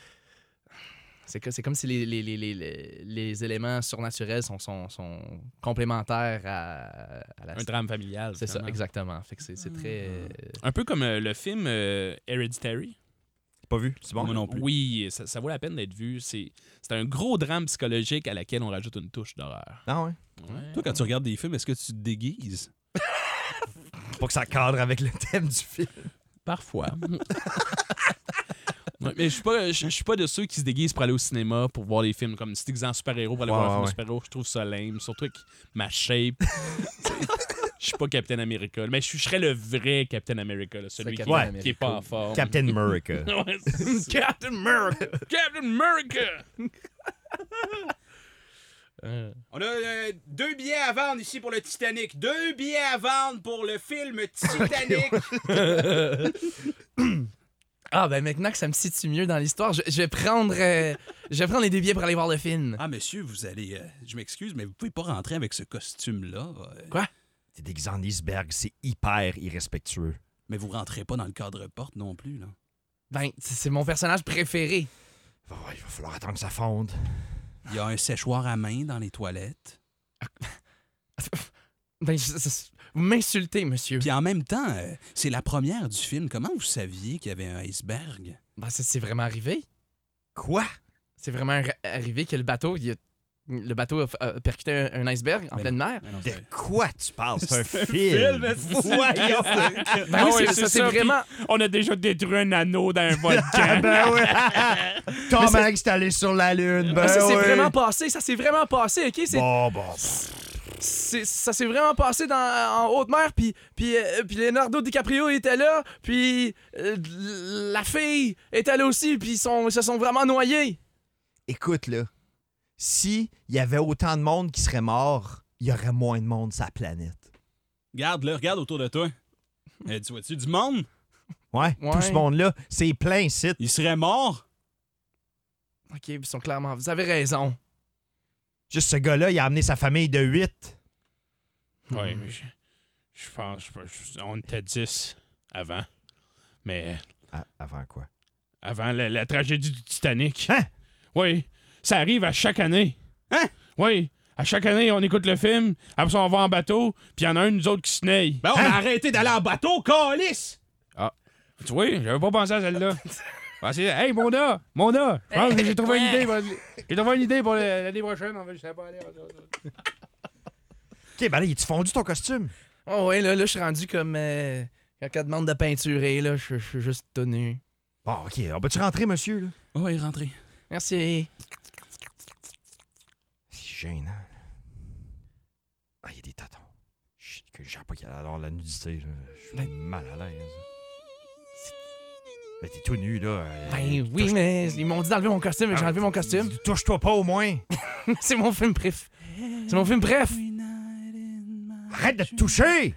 Speaker 3: C'est que- c'est comme si les, les, les, les- les, les éléments surnaturels sont, sont, sont complémentaires à, à la.
Speaker 5: Un drame familial.
Speaker 3: C'est ça,
Speaker 5: finalement.
Speaker 3: exactement. Fait que c'est c'est très. euh,
Speaker 5: Un peu comme euh, le film euh, Hereditary.
Speaker 4: Pas vu, c'est bon.
Speaker 2: Moi Oh, non plus.
Speaker 5: Oui, ça, ça vaut la peine d'être vu. C'est c'est un gros drame psychologique à laquelle on rajoute une touche d'horreur.
Speaker 4: Ah ouais.
Speaker 2: Toi, quand tu regardes des films, est-ce que tu te déguises?
Speaker 4: Pas que ça cadre avec le thème du film.
Speaker 5: Parfois. *laughs* Ouais, mais je suis pas, je, je suis pas de ceux qui se déguisent pour aller au cinéma pour voir les films comme c'est en super-héros pour aller
Speaker 4: Ouais,
Speaker 5: voir
Speaker 4: ouais,
Speaker 5: un film de
Speaker 4: ouais.
Speaker 5: super-héros, je trouve ça lame, surtout avec ma shape. *laughs* Je suis pas Captain America, mais je, je serais le vrai Captain America, là, celui qui,
Speaker 3: Captain
Speaker 5: qui
Speaker 3: America.
Speaker 5: est pas en
Speaker 2: Oh,
Speaker 5: forme.
Speaker 4: Captain
Speaker 2: *laughs*
Speaker 4: America.
Speaker 5: *laughs* Ouais, c'est- Captain America! Captain America!
Speaker 3: euh,
Speaker 2: On a euh, deux billets à vendre ici pour le Titanic. Deux billets à vendre pour le *laughs* film Titanic.
Speaker 3: Ah, ben maintenant que ça me situe mieux dans l'histoire, je, je vais prendre, euh, je vais prendre les deux billets pour aller voir le film.
Speaker 2: ah, monsieur, vous allez. euh, je m'excuse, mais vous pouvez pas rentrer avec ce costume-là. euh,
Speaker 4: T'es déguisé en iceberg, c'est hyper irrespectueux.
Speaker 2: mais vous rentrez pas dans le cadre-porte non plus, là.
Speaker 3: Ben, c'est- c'est mon personnage préféré.
Speaker 4: Oh, il va falloir attendre que ça fonde.
Speaker 2: Il y a un séchoir à main dans les toilettes.
Speaker 3: Ben, je- je- vous m'insultez, monsieur.
Speaker 2: Puis en même temps, euh, c'est la première du film. Comment vous saviez qu'il y avait un iceberg?
Speaker 3: Ben, ça, c'est vraiment arrivé.
Speaker 4: Quoi?
Speaker 3: C'est vraiment arri- arrivé que le bateau, il a- le bateau a, a percuté un, un iceberg en
Speaker 2: Ben
Speaker 3: pleine mer.
Speaker 2: Ah non,
Speaker 4: De
Speaker 2: c'est-
Speaker 4: quoi tu parles? C'est un
Speaker 3: *laughs*
Speaker 4: film. Voyons.
Speaker 3: Ben oui,
Speaker 5: ouais,
Speaker 3: c'est
Speaker 5: c'est
Speaker 3: ça, c'est
Speaker 5: ça,
Speaker 3: vraiment.
Speaker 5: On a déjà détruit un anneau dans un
Speaker 3: *laughs*
Speaker 5: volcan.
Speaker 4: ben ouais. *laughs* Tom Hanks est allé sur la lune. Ben
Speaker 3: Ben, ça s'est
Speaker 4: ouais.
Speaker 3: vraiment passé, ça s'est vraiment passé, ok? C'est-
Speaker 4: Bon, bon.
Speaker 3: c'est- ça s'est vraiment passé dans, en haute mer, puis puis, euh, puis Leonardo DiCaprio était là, puis euh, la fille était là aussi, puis ils sont- ils se sont vraiment noyés.
Speaker 4: Écoute, là. Si il y avait autant de monde qui serait mort, il y aurait moins de monde sur la planète.
Speaker 2: Regarde, là, regarde autour de toi. Euh, tu vois-tu du monde?
Speaker 4: Ouais,
Speaker 3: Ouais.
Speaker 4: tout ce monde-là, c'est plein ici.
Speaker 2: Il serait mort?
Speaker 3: Ok, ils sont clairement. Vous avez raison.
Speaker 4: Juste ce gars-là, il a amené sa famille de 8.
Speaker 5: Oui, je, je pense. je pense- on était 10 avant. Mais
Speaker 4: Ah, avant quoi?
Speaker 5: avant la, la tragédie du Titanic.
Speaker 4: Hein?
Speaker 5: Oui, ça arrive à chaque année.
Speaker 2: Hein?
Speaker 5: Oui, à chaque année, on écoute le film, après ça, on va en bateau, puis il y en a un, de nous autres, qui se naille.
Speaker 2: Ben, on
Speaker 3: Hein?
Speaker 2: a arrêté d'aller en bateau, calice!
Speaker 5: Ah. Tu vois, j'avais pas pensé à
Speaker 2: *laughs*
Speaker 5: celle-là. Ben, c'est- hey, Mona! Mona! Je pense que j'ai trouvé une idée. pour- J'ai trouvé une idée pour le- l'année prochaine. On va juste pas aller.
Speaker 4: Ok, ben là, il est fondu ton costume?
Speaker 3: Oh ouais, là, là, je suis rendu comme. euh, quand elle demande de peinturer, là, je je suis juste tout nu.
Speaker 4: Bon, ok, on peut-tu rentrer, monsieur? Là?
Speaker 2: Oui, rentrez.
Speaker 3: Merci.
Speaker 4: C'est gênant. là. Ah, il y a des tatons. Chut, que j'ai pas qu'il y a alors la nudité. là. Je suis mal à l'aise. Ben, t'es tout nu, là. euh,
Speaker 3: Ben oui, mais ils m'ont dit d'enlever mon costume, et j'ai enlevé mon costume.
Speaker 4: Touche-toi pas, au moins.
Speaker 3: *laughs* C'est mon film préf. C'est mon film préf.
Speaker 4: Arrête de te toucher.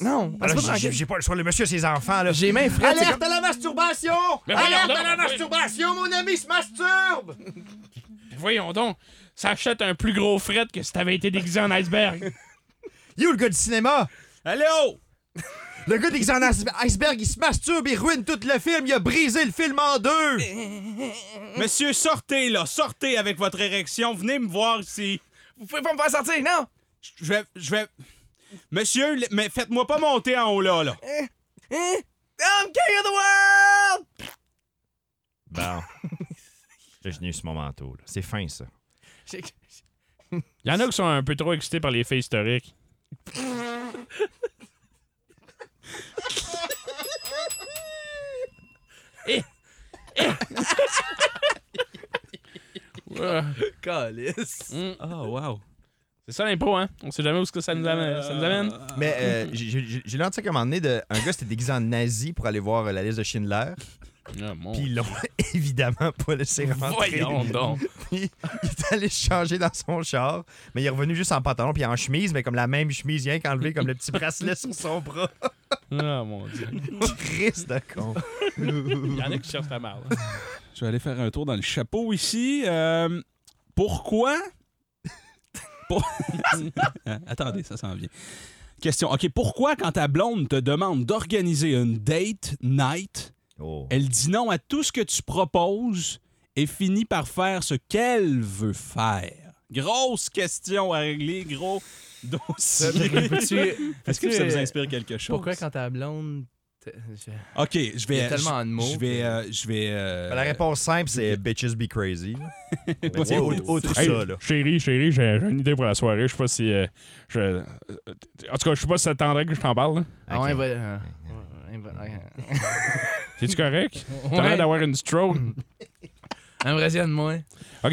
Speaker 3: Non,
Speaker 4: Ben
Speaker 3: c'est pas
Speaker 4: là, j'ai- j'ai
Speaker 3: tranquille.
Speaker 4: j'ai pas le choix. Le monsieur, ses enfants, là.
Speaker 3: J'ai main frette. c'est
Speaker 4: Alerte à la masturbation! Alerte à la masturbation, mon ami se masturbe!
Speaker 5: Voyons donc, ça achète un plus gros fret que si t'avais été déguisé
Speaker 4: *laughs*
Speaker 5: en iceberg.
Speaker 4: You, le gars du cinéma!
Speaker 2: Allô?
Speaker 4: Le gars déguisé en ice- iceberg, il se masturbe, il ruine tout le film, il a brisé le film en deux!
Speaker 2: Monsieur, sortez, là! Sortez avec votre érection! Venez me voir ici!
Speaker 3: comme- Vous pouvez pas me faire sortir, non?
Speaker 2: Je vais. Je vais. Monsieur, le- mais faites-moi pas monter en haut là, là.
Speaker 3: Hein? I'm king of the world!
Speaker 4: Bon. Là, je n'ai eu ce moment tôt. C'est fin, ça.
Speaker 3: J'ai- *laughs*
Speaker 5: Il y en a qui sont un peu trop excités par les faits historiques. Eh! Eh! Ouais.
Speaker 3: Calice.
Speaker 5: Mm.
Speaker 2: Oh, wow.
Speaker 5: C'est ça l'impro, hein? On sait jamais où ce que ça nous amène. Ça nous amène.
Speaker 4: Mais euh, j'ai- j'ai j'ai l'entendu qu'à un moment donné, de- un gars s'était déguisé en nazi pour aller voir euh, la liste de Schindler.
Speaker 5: Ah, mon-
Speaker 4: Puis ils l'ont *laughs* évidemment pas laissé rentrer.
Speaker 5: Voyons donc.
Speaker 4: Puis il est allé se changer dans son char. Mais il est revenu juste en pantalon puis en chemise, mais comme la même chemise, rien qu'enlevé comme le petit bracelet sur son bras.
Speaker 5: Ah, mon Dieu.
Speaker 4: *laughs* Christ de con.
Speaker 5: Il y en a qui cherchent la marde.
Speaker 2: Je vais aller faire un tour dans le chapeau ici. Euh,
Speaker 3: *laughs*
Speaker 2: pourquoi? Pour- *laughs* Attendez, ça s'en vient. Question. OK, pourquoi quand ta blonde te demande d'organiser une date night,
Speaker 4: Oh.
Speaker 2: elle dit non à tout ce que tu proposes et finit par faire ce qu'elle veut faire? Grosse question à régler, gros dossier.
Speaker 3: Peux-tu-
Speaker 2: Est-ce que
Speaker 3: peux-tu,
Speaker 2: ça vous
Speaker 3: euh,
Speaker 2: inspire quelque chose?
Speaker 3: *laughs* Pourquoi quand t'as blonde. t'es- je-
Speaker 2: OK, je vais...
Speaker 3: Il y a tellement
Speaker 2: Ben, je-
Speaker 3: de mots
Speaker 2: Je vais...
Speaker 3: que-
Speaker 2: euh, je vais euh,
Speaker 4: Ben, La réponse simple, c'est Bitches Be Crazy. *laughs* C'est
Speaker 2: Wow.
Speaker 4: autre, autre
Speaker 5: Hey,
Speaker 4: ça, là.
Speaker 5: Chérie, chérie, j'ai j'ai une idée pour la soirée. Je sais pas si. euh, je- euh, en tout cas, je sais pas si ça t'attendrait que je t'en parle. là.
Speaker 3: Ah ouais,
Speaker 4: Ok.
Speaker 3: va- euh, ouais, va- ouais.
Speaker 5: C'est-tu correct? T'as l'air d'avoir une stroke.
Speaker 3: Impressionne-moi.
Speaker 5: OK.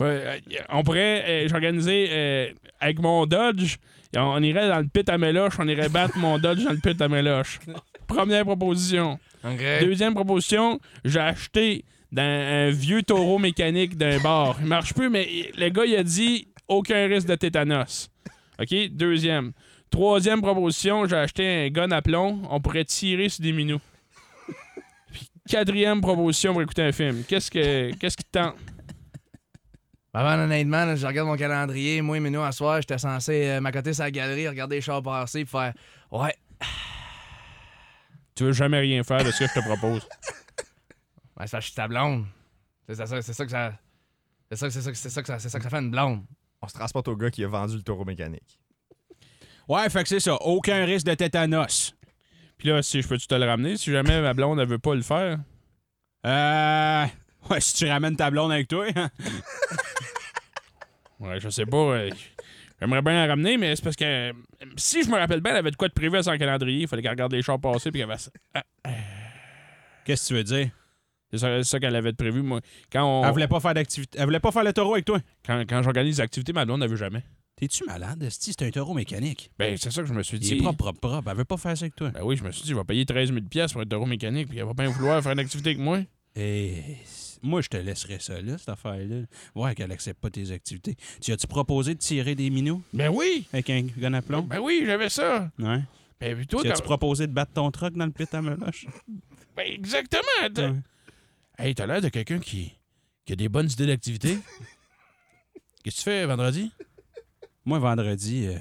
Speaker 5: Euh, On pourrait euh, j'organisais euh, avec mon Dodge. On, on irait dans le pit à Méloche. On irait battre mon Dodge dans le pit à Méloche. Première proposition.
Speaker 3: Ok.
Speaker 5: Deuxième proposition, j'ai acheté dans un vieux taureau mécanique d'un bar. Il marche plus, mais il- le gars, il a dit aucun risque de tétanos. OK? Deuxième. Troisième proposition, j'ai acheté un gun à plomb. On pourrait tirer sur des minous. Puis quatrième proposition pour écouter un film. Qu'est-ce que qu'est-ce qui te tente?
Speaker 3: Ben, ben, honnêtement, là, je regarde mon calendrier. Moi, mais nous, à soir, j'étais censé euh, m'accoter sur la galerie, regarder les chars passer, puis faire Ouais,
Speaker 5: Tu veux jamais rien faire de ce que je te propose.
Speaker 3: ben, ça, je suis ta blonde. C'est ça, c'est ça que ça. C'est ça, c'est ça, c'est ça, que ça, c'est ça que ça fait une blonde.
Speaker 4: On se transporte au gars qui a vendu le taureau mécanique.
Speaker 2: Ouais, fait que c'est ça. Aucun risque de tétanos.
Speaker 5: Puis là, si je peux-tu te le ramener? Si jamais ma blonde, elle veut pas le faire.
Speaker 2: Euh... Ouais, si tu ramènes ta blonde avec *laughs* toi, hein.
Speaker 5: Ouais, je sais pas. euh, J'aimerais bien la ramener, mais c'est parce que euh, si je me rappelle bien, elle avait de quoi de privé à son calendrier. Il fallait qu'elle regarde les chars passer puis qu'elle fasse-
Speaker 2: Qu'est-ce que tu veux dire?
Speaker 5: C'est ça, c'est ça qu'elle avait de prévu. Moi, quand, on-
Speaker 2: Elle voulait pas faire d'activité. Elle voulait pas faire le taureau avec toi.
Speaker 5: quand, quand j'organise des activités, ma blonde, elle veut jamais.
Speaker 2: T'es-tu malade, Esti? C'est un taureau mécanique.
Speaker 5: Ben, c'est ça que je me suis
Speaker 2: Il
Speaker 5: dit.
Speaker 2: est propre, propre, propre. Elle veut pas faire ça avec toi.
Speaker 5: Ben oui, je me suis dit, je vais payer 13 000 pièces pour un taureau mécanique, puis elle va bien vouloir faire une activité avec moi.
Speaker 2: Et Eh, moi, je te laisserais ça là, cette affaire-là. Ouais, qu'elle accepte pas tes activités. Tu as-tu proposé de tirer des minous
Speaker 5: Ben oui!
Speaker 2: avec un gun à plomb?
Speaker 5: Ben oui, j'avais ça!
Speaker 2: Ouais.
Speaker 5: Ben, puis toi,
Speaker 2: Tu
Speaker 5: t'as-
Speaker 2: as-tu proposé de battre ton truck dans le pit à
Speaker 5: *laughs*
Speaker 2: meloche? hein?
Speaker 5: Ben, exactement! T'as-
Speaker 2: Ouais.
Speaker 5: Hey, t'as l'air de quelqu'un qui... qui a des bonnes
Speaker 2: *laughs*
Speaker 5: idées d'activité. Qu'est-ce que tu fais vendredi?
Speaker 2: Moi, vendredi, euh,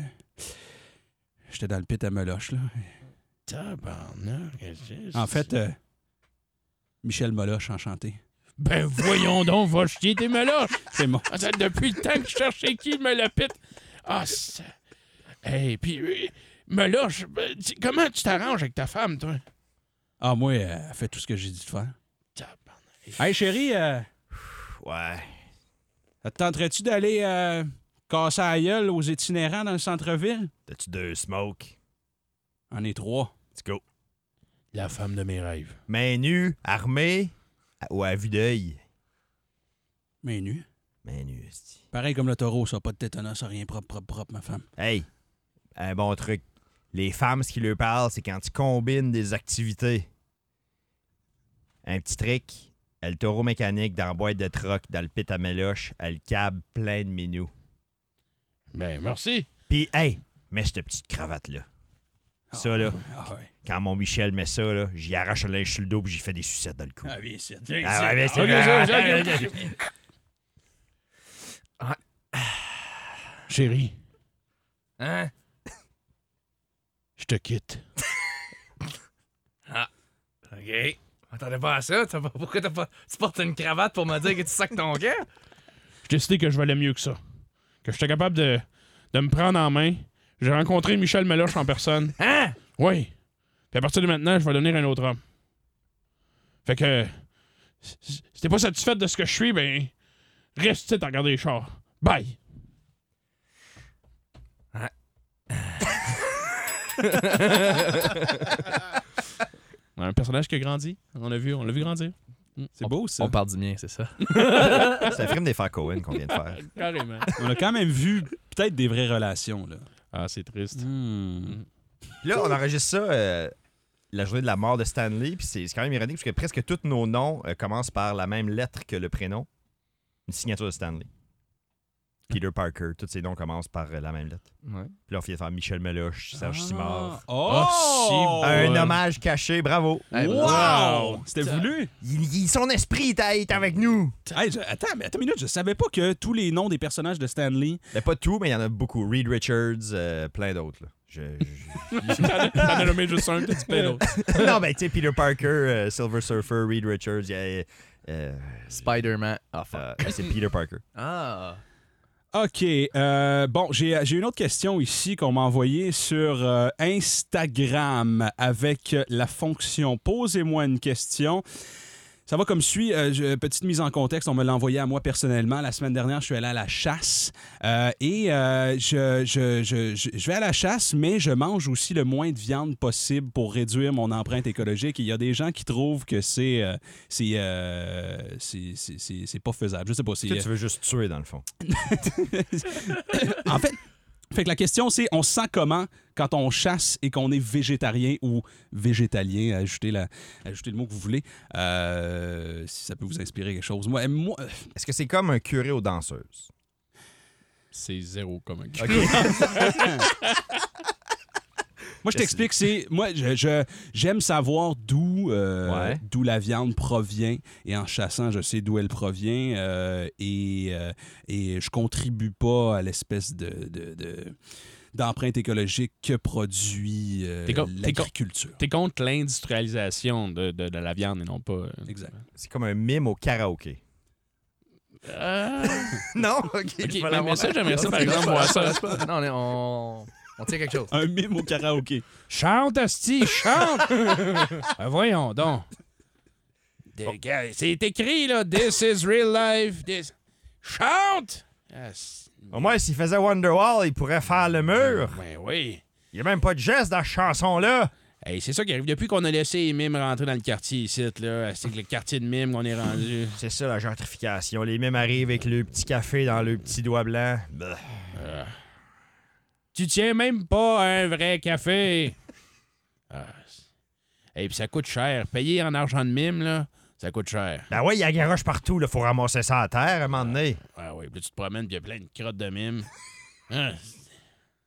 Speaker 2: j'étais dans le pit à meloche, là.
Speaker 5: Tabarnak, qu'est-ce que
Speaker 2: En
Speaker 5: c'est?
Speaker 2: fait, euh, Michel Meloche, enchanté.
Speaker 5: Ben voyons donc, va chier tes meloches!
Speaker 2: *laughs* C'est moi.
Speaker 5: Ah, ça, Depuis le temps que je cherchais qui me le pite! Ah, c'est... Hey, puis... euh, Meloche, ben, tu- comment tu t'arranges avec ta femme, toi?
Speaker 2: Ah, moi, euh, elle fait tout ce que j'ai dit de faire.
Speaker 5: Tabarnak.
Speaker 2: Hey, chérie, euh,
Speaker 4: Ouais.
Speaker 2: ça te tenterais-tu d'aller euh, casser à gueule aux itinérants dans le centre-ville?
Speaker 4: T'as-tu deux smokes?
Speaker 2: On est trois.
Speaker 4: Let's go.
Speaker 5: La femme de mes rêves.
Speaker 4: Main nue, armée, à- ou à vue d'œil?
Speaker 2: Mais nu.
Speaker 4: Main nue, esti.
Speaker 2: Pareil comme le taureau, ça, pas de tétanos, ça, rien propre, propre, propre, ma femme.
Speaker 4: Hey, un bon truc. Les femmes, ce qui leur parle, c'est quand tu combines des activités. Un petit trick. Elle taureau mécanique dans la boîte de troc, dans le pit à méloche, elle cab plein de minous.
Speaker 5: Ben, merci.
Speaker 4: Puis, hey, mets cette petite cravate-là. Ça, là,
Speaker 2: Ah ouais.
Speaker 4: quand mon Michel met ça, là, j'y arrache le linge sur le dos puis j'y fais des sucettes dans le cou.
Speaker 2: Ah, bien, c'est.
Speaker 4: Ah ouais, mais c'est-
Speaker 5: Ok,
Speaker 3: *laughs*
Speaker 5: ça, ça, ok. Chérie,
Speaker 3: Hein?
Speaker 5: je te quitte.
Speaker 3: Ok. Attendez pas à ça. t'as pas- pourquoi t'as pas. Tu portes une cravate pour me dire que tu sacs ton gars?
Speaker 5: J'ai décidé que je valais mieux que ça. Que j'étais capable de, de me prendre en main. J'ai rencontré Michel Meloche
Speaker 4: *laughs*
Speaker 5: en personne.
Speaker 3: Hein?
Speaker 5: Oui. Puis à partir de maintenant, je vais devenir un autre homme. Fait que. Si si t'es pas satisfaite de ce que je suis, ben. Reste ici à regarder les chars.
Speaker 4: *laughs*
Speaker 5: Bye! Un personnage qui a grandi. On l'a vu, on l'a vu grandir.
Speaker 2: C'est beau, ça.
Speaker 3: parle du mien, c'est ça.
Speaker 4: C'est un film des frères Cohen qu'on vient de faire.
Speaker 5: Carrément.
Speaker 2: On a quand même vu peut-être des vraies relations, là.
Speaker 5: Ah, c'est triste.
Speaker 2: Mm.
Speaker 4: Puis là, on enregistre ça euh, la journée de la mort de Stanley. Puis c'est c'est quand même ironique parce que presque tous nos noms euh, commencent par la même lettre que le prénom. Une signature de Stanley. Peter Parker, tous ces noms commencent par euh, la même lettre.
Speaker 3: Ouais.
Speaker 4: Puis là, on finit de faire Michel Meloche, Serge Simard.
Speaker 2: Oh!
Speaker 5: Oh,
Speaker 4: Un
Speaker 5: ouais.
Speaker 4: hommage caché, bravo.
Speaker 3: Eh ben,
Speaker 2: Wow! C'était voulu?
Speaker 4: Il- il- son esprit il est à- est avec nous.
Speaker 2: Hey, je- attends, mais attends une minute, je savais pas que tous les noms des personnages de Stanley.
Speaker 4: Mais pas tout, mais il y en a beaucoup. Reed Richards, euh, plein d'autres. là. Je- *laughs* je-
Speaker 5: T'en as nommé juste un, t'as dit plein d'autres.
Speaker 4: non, ben tu sais, Peter Parker, euh, Silver Surfer, Reed Richards, il y a, Euh,
Speaker 3: Spider-Man. Ah, fuck.
Speaker 4: euh, *laughs* c'est Peter Parker.
Speaker 3: *laughs* Ah.
Speaker 2: OK. euh, bon, j'ai j'ai une autre question ici qu'on m'a envoyée sur euh, Instagram avec euh, la fonction Posez-moi une question. Ça va comme suit. euh, je- petite mise en contexte, on me l'a envoyé à moi personnellement. La semaine dernière, je suis allé à la chasse euh, et euh, je, je- je- je- je vais à la chasse, mais je mange aussi le moins de viande possible pour réduire mon empreinte écologique. Et Il y a des gens qui trouvent que c'est euh, c'est euh, c'est- c'est- c'est- c'est pas faisable. Je sais pas. c'est-
Speaker 4: Tu veux juste tuer, dans le fond.
Speaker 2: en fait, fait que la question, c'est on se sent comment quand on chasse et qu'on est végétarien ou végétalien, ajoutez, la, ajoutez le mot que vous voulez, euh, si ça peut vous inspirer quelque chose. Moi, moi
Speaker 4: Est-ce que c'est comme un curé aux danseuses?
Speaker 5: C'est zéro comme un gars.
Speaker 2: Moi, je t'explique, c'est. Moi, je, je- j'aime savoir d'où, euh,
Speaker 4: Ouais.
Speaker 2: d'où la viande provient. Et en chassant, je sais d'où elle provient. euh, et, euh, et je contribue pas à l'espèce de. de- de- d'empreinte écologique que produit euh,
Speaker 5: T'es comme- t'es comme-
Speaker 2: l'agriculture.
Speaker 5: T'es contre l'industrialisation de, de- de la viande et non pas. euh,
Speaker 2: Exact.
Speaker 4: C'est comme un mime au karaoké.
Speaker 5: euh,
Speaker 4: Non, ok. je
Speaker 5: ok,
Speaker 4: vais
Speaker 5: mais,
Speaker 4: l'avoir.
Speaker 5: mais ça, j'aimerais ça, par exemple, voir *laughs* ça.
Speaker 3: Non, on est- on, on tient quelque chose.
Speaker 2: Un mime au karaoké.
Speaker 5: Chante,
Speaker 4: *laughs*
Speaker 5: Asti, chante! Ben voyons donc. Des gars, C'est écrit, là, This is real life. This... Chante! Asti.
Speaker 4: Au moins, s'il faisait Wonderwall, il pourrait faire le mur.
Speaker 5: Ben oui.
Speaker 4: Il n'y a même pas de geste dans cette chanson-là.
Speaker 5: Hey, c'est ça qui arrive. Depuis qu'on a laissé les mimes rentrer dans le quartier ici, là, c'est que le quartier de mimes qu'on est rendu.
Speaker 4: C'est ça, la gentrification. Les mimes arrivent avec le petit café dans le petit doigt blanc. Bleh.
Speaker 5: Tu tiens même pas un vrai café. Ah, c'est- hey, puis ça coûte cher. Payer en argent de mime, là, ça coûte cher.
Speaker 4: Ben ouais, il y a garoche partout. Il faut ramasser ça à terre à un moment donné.
Speaker 5: Ah oui, puis là, tu te promènes, puis il y a plein de crottes de mime. *laughs* Ah, c'est-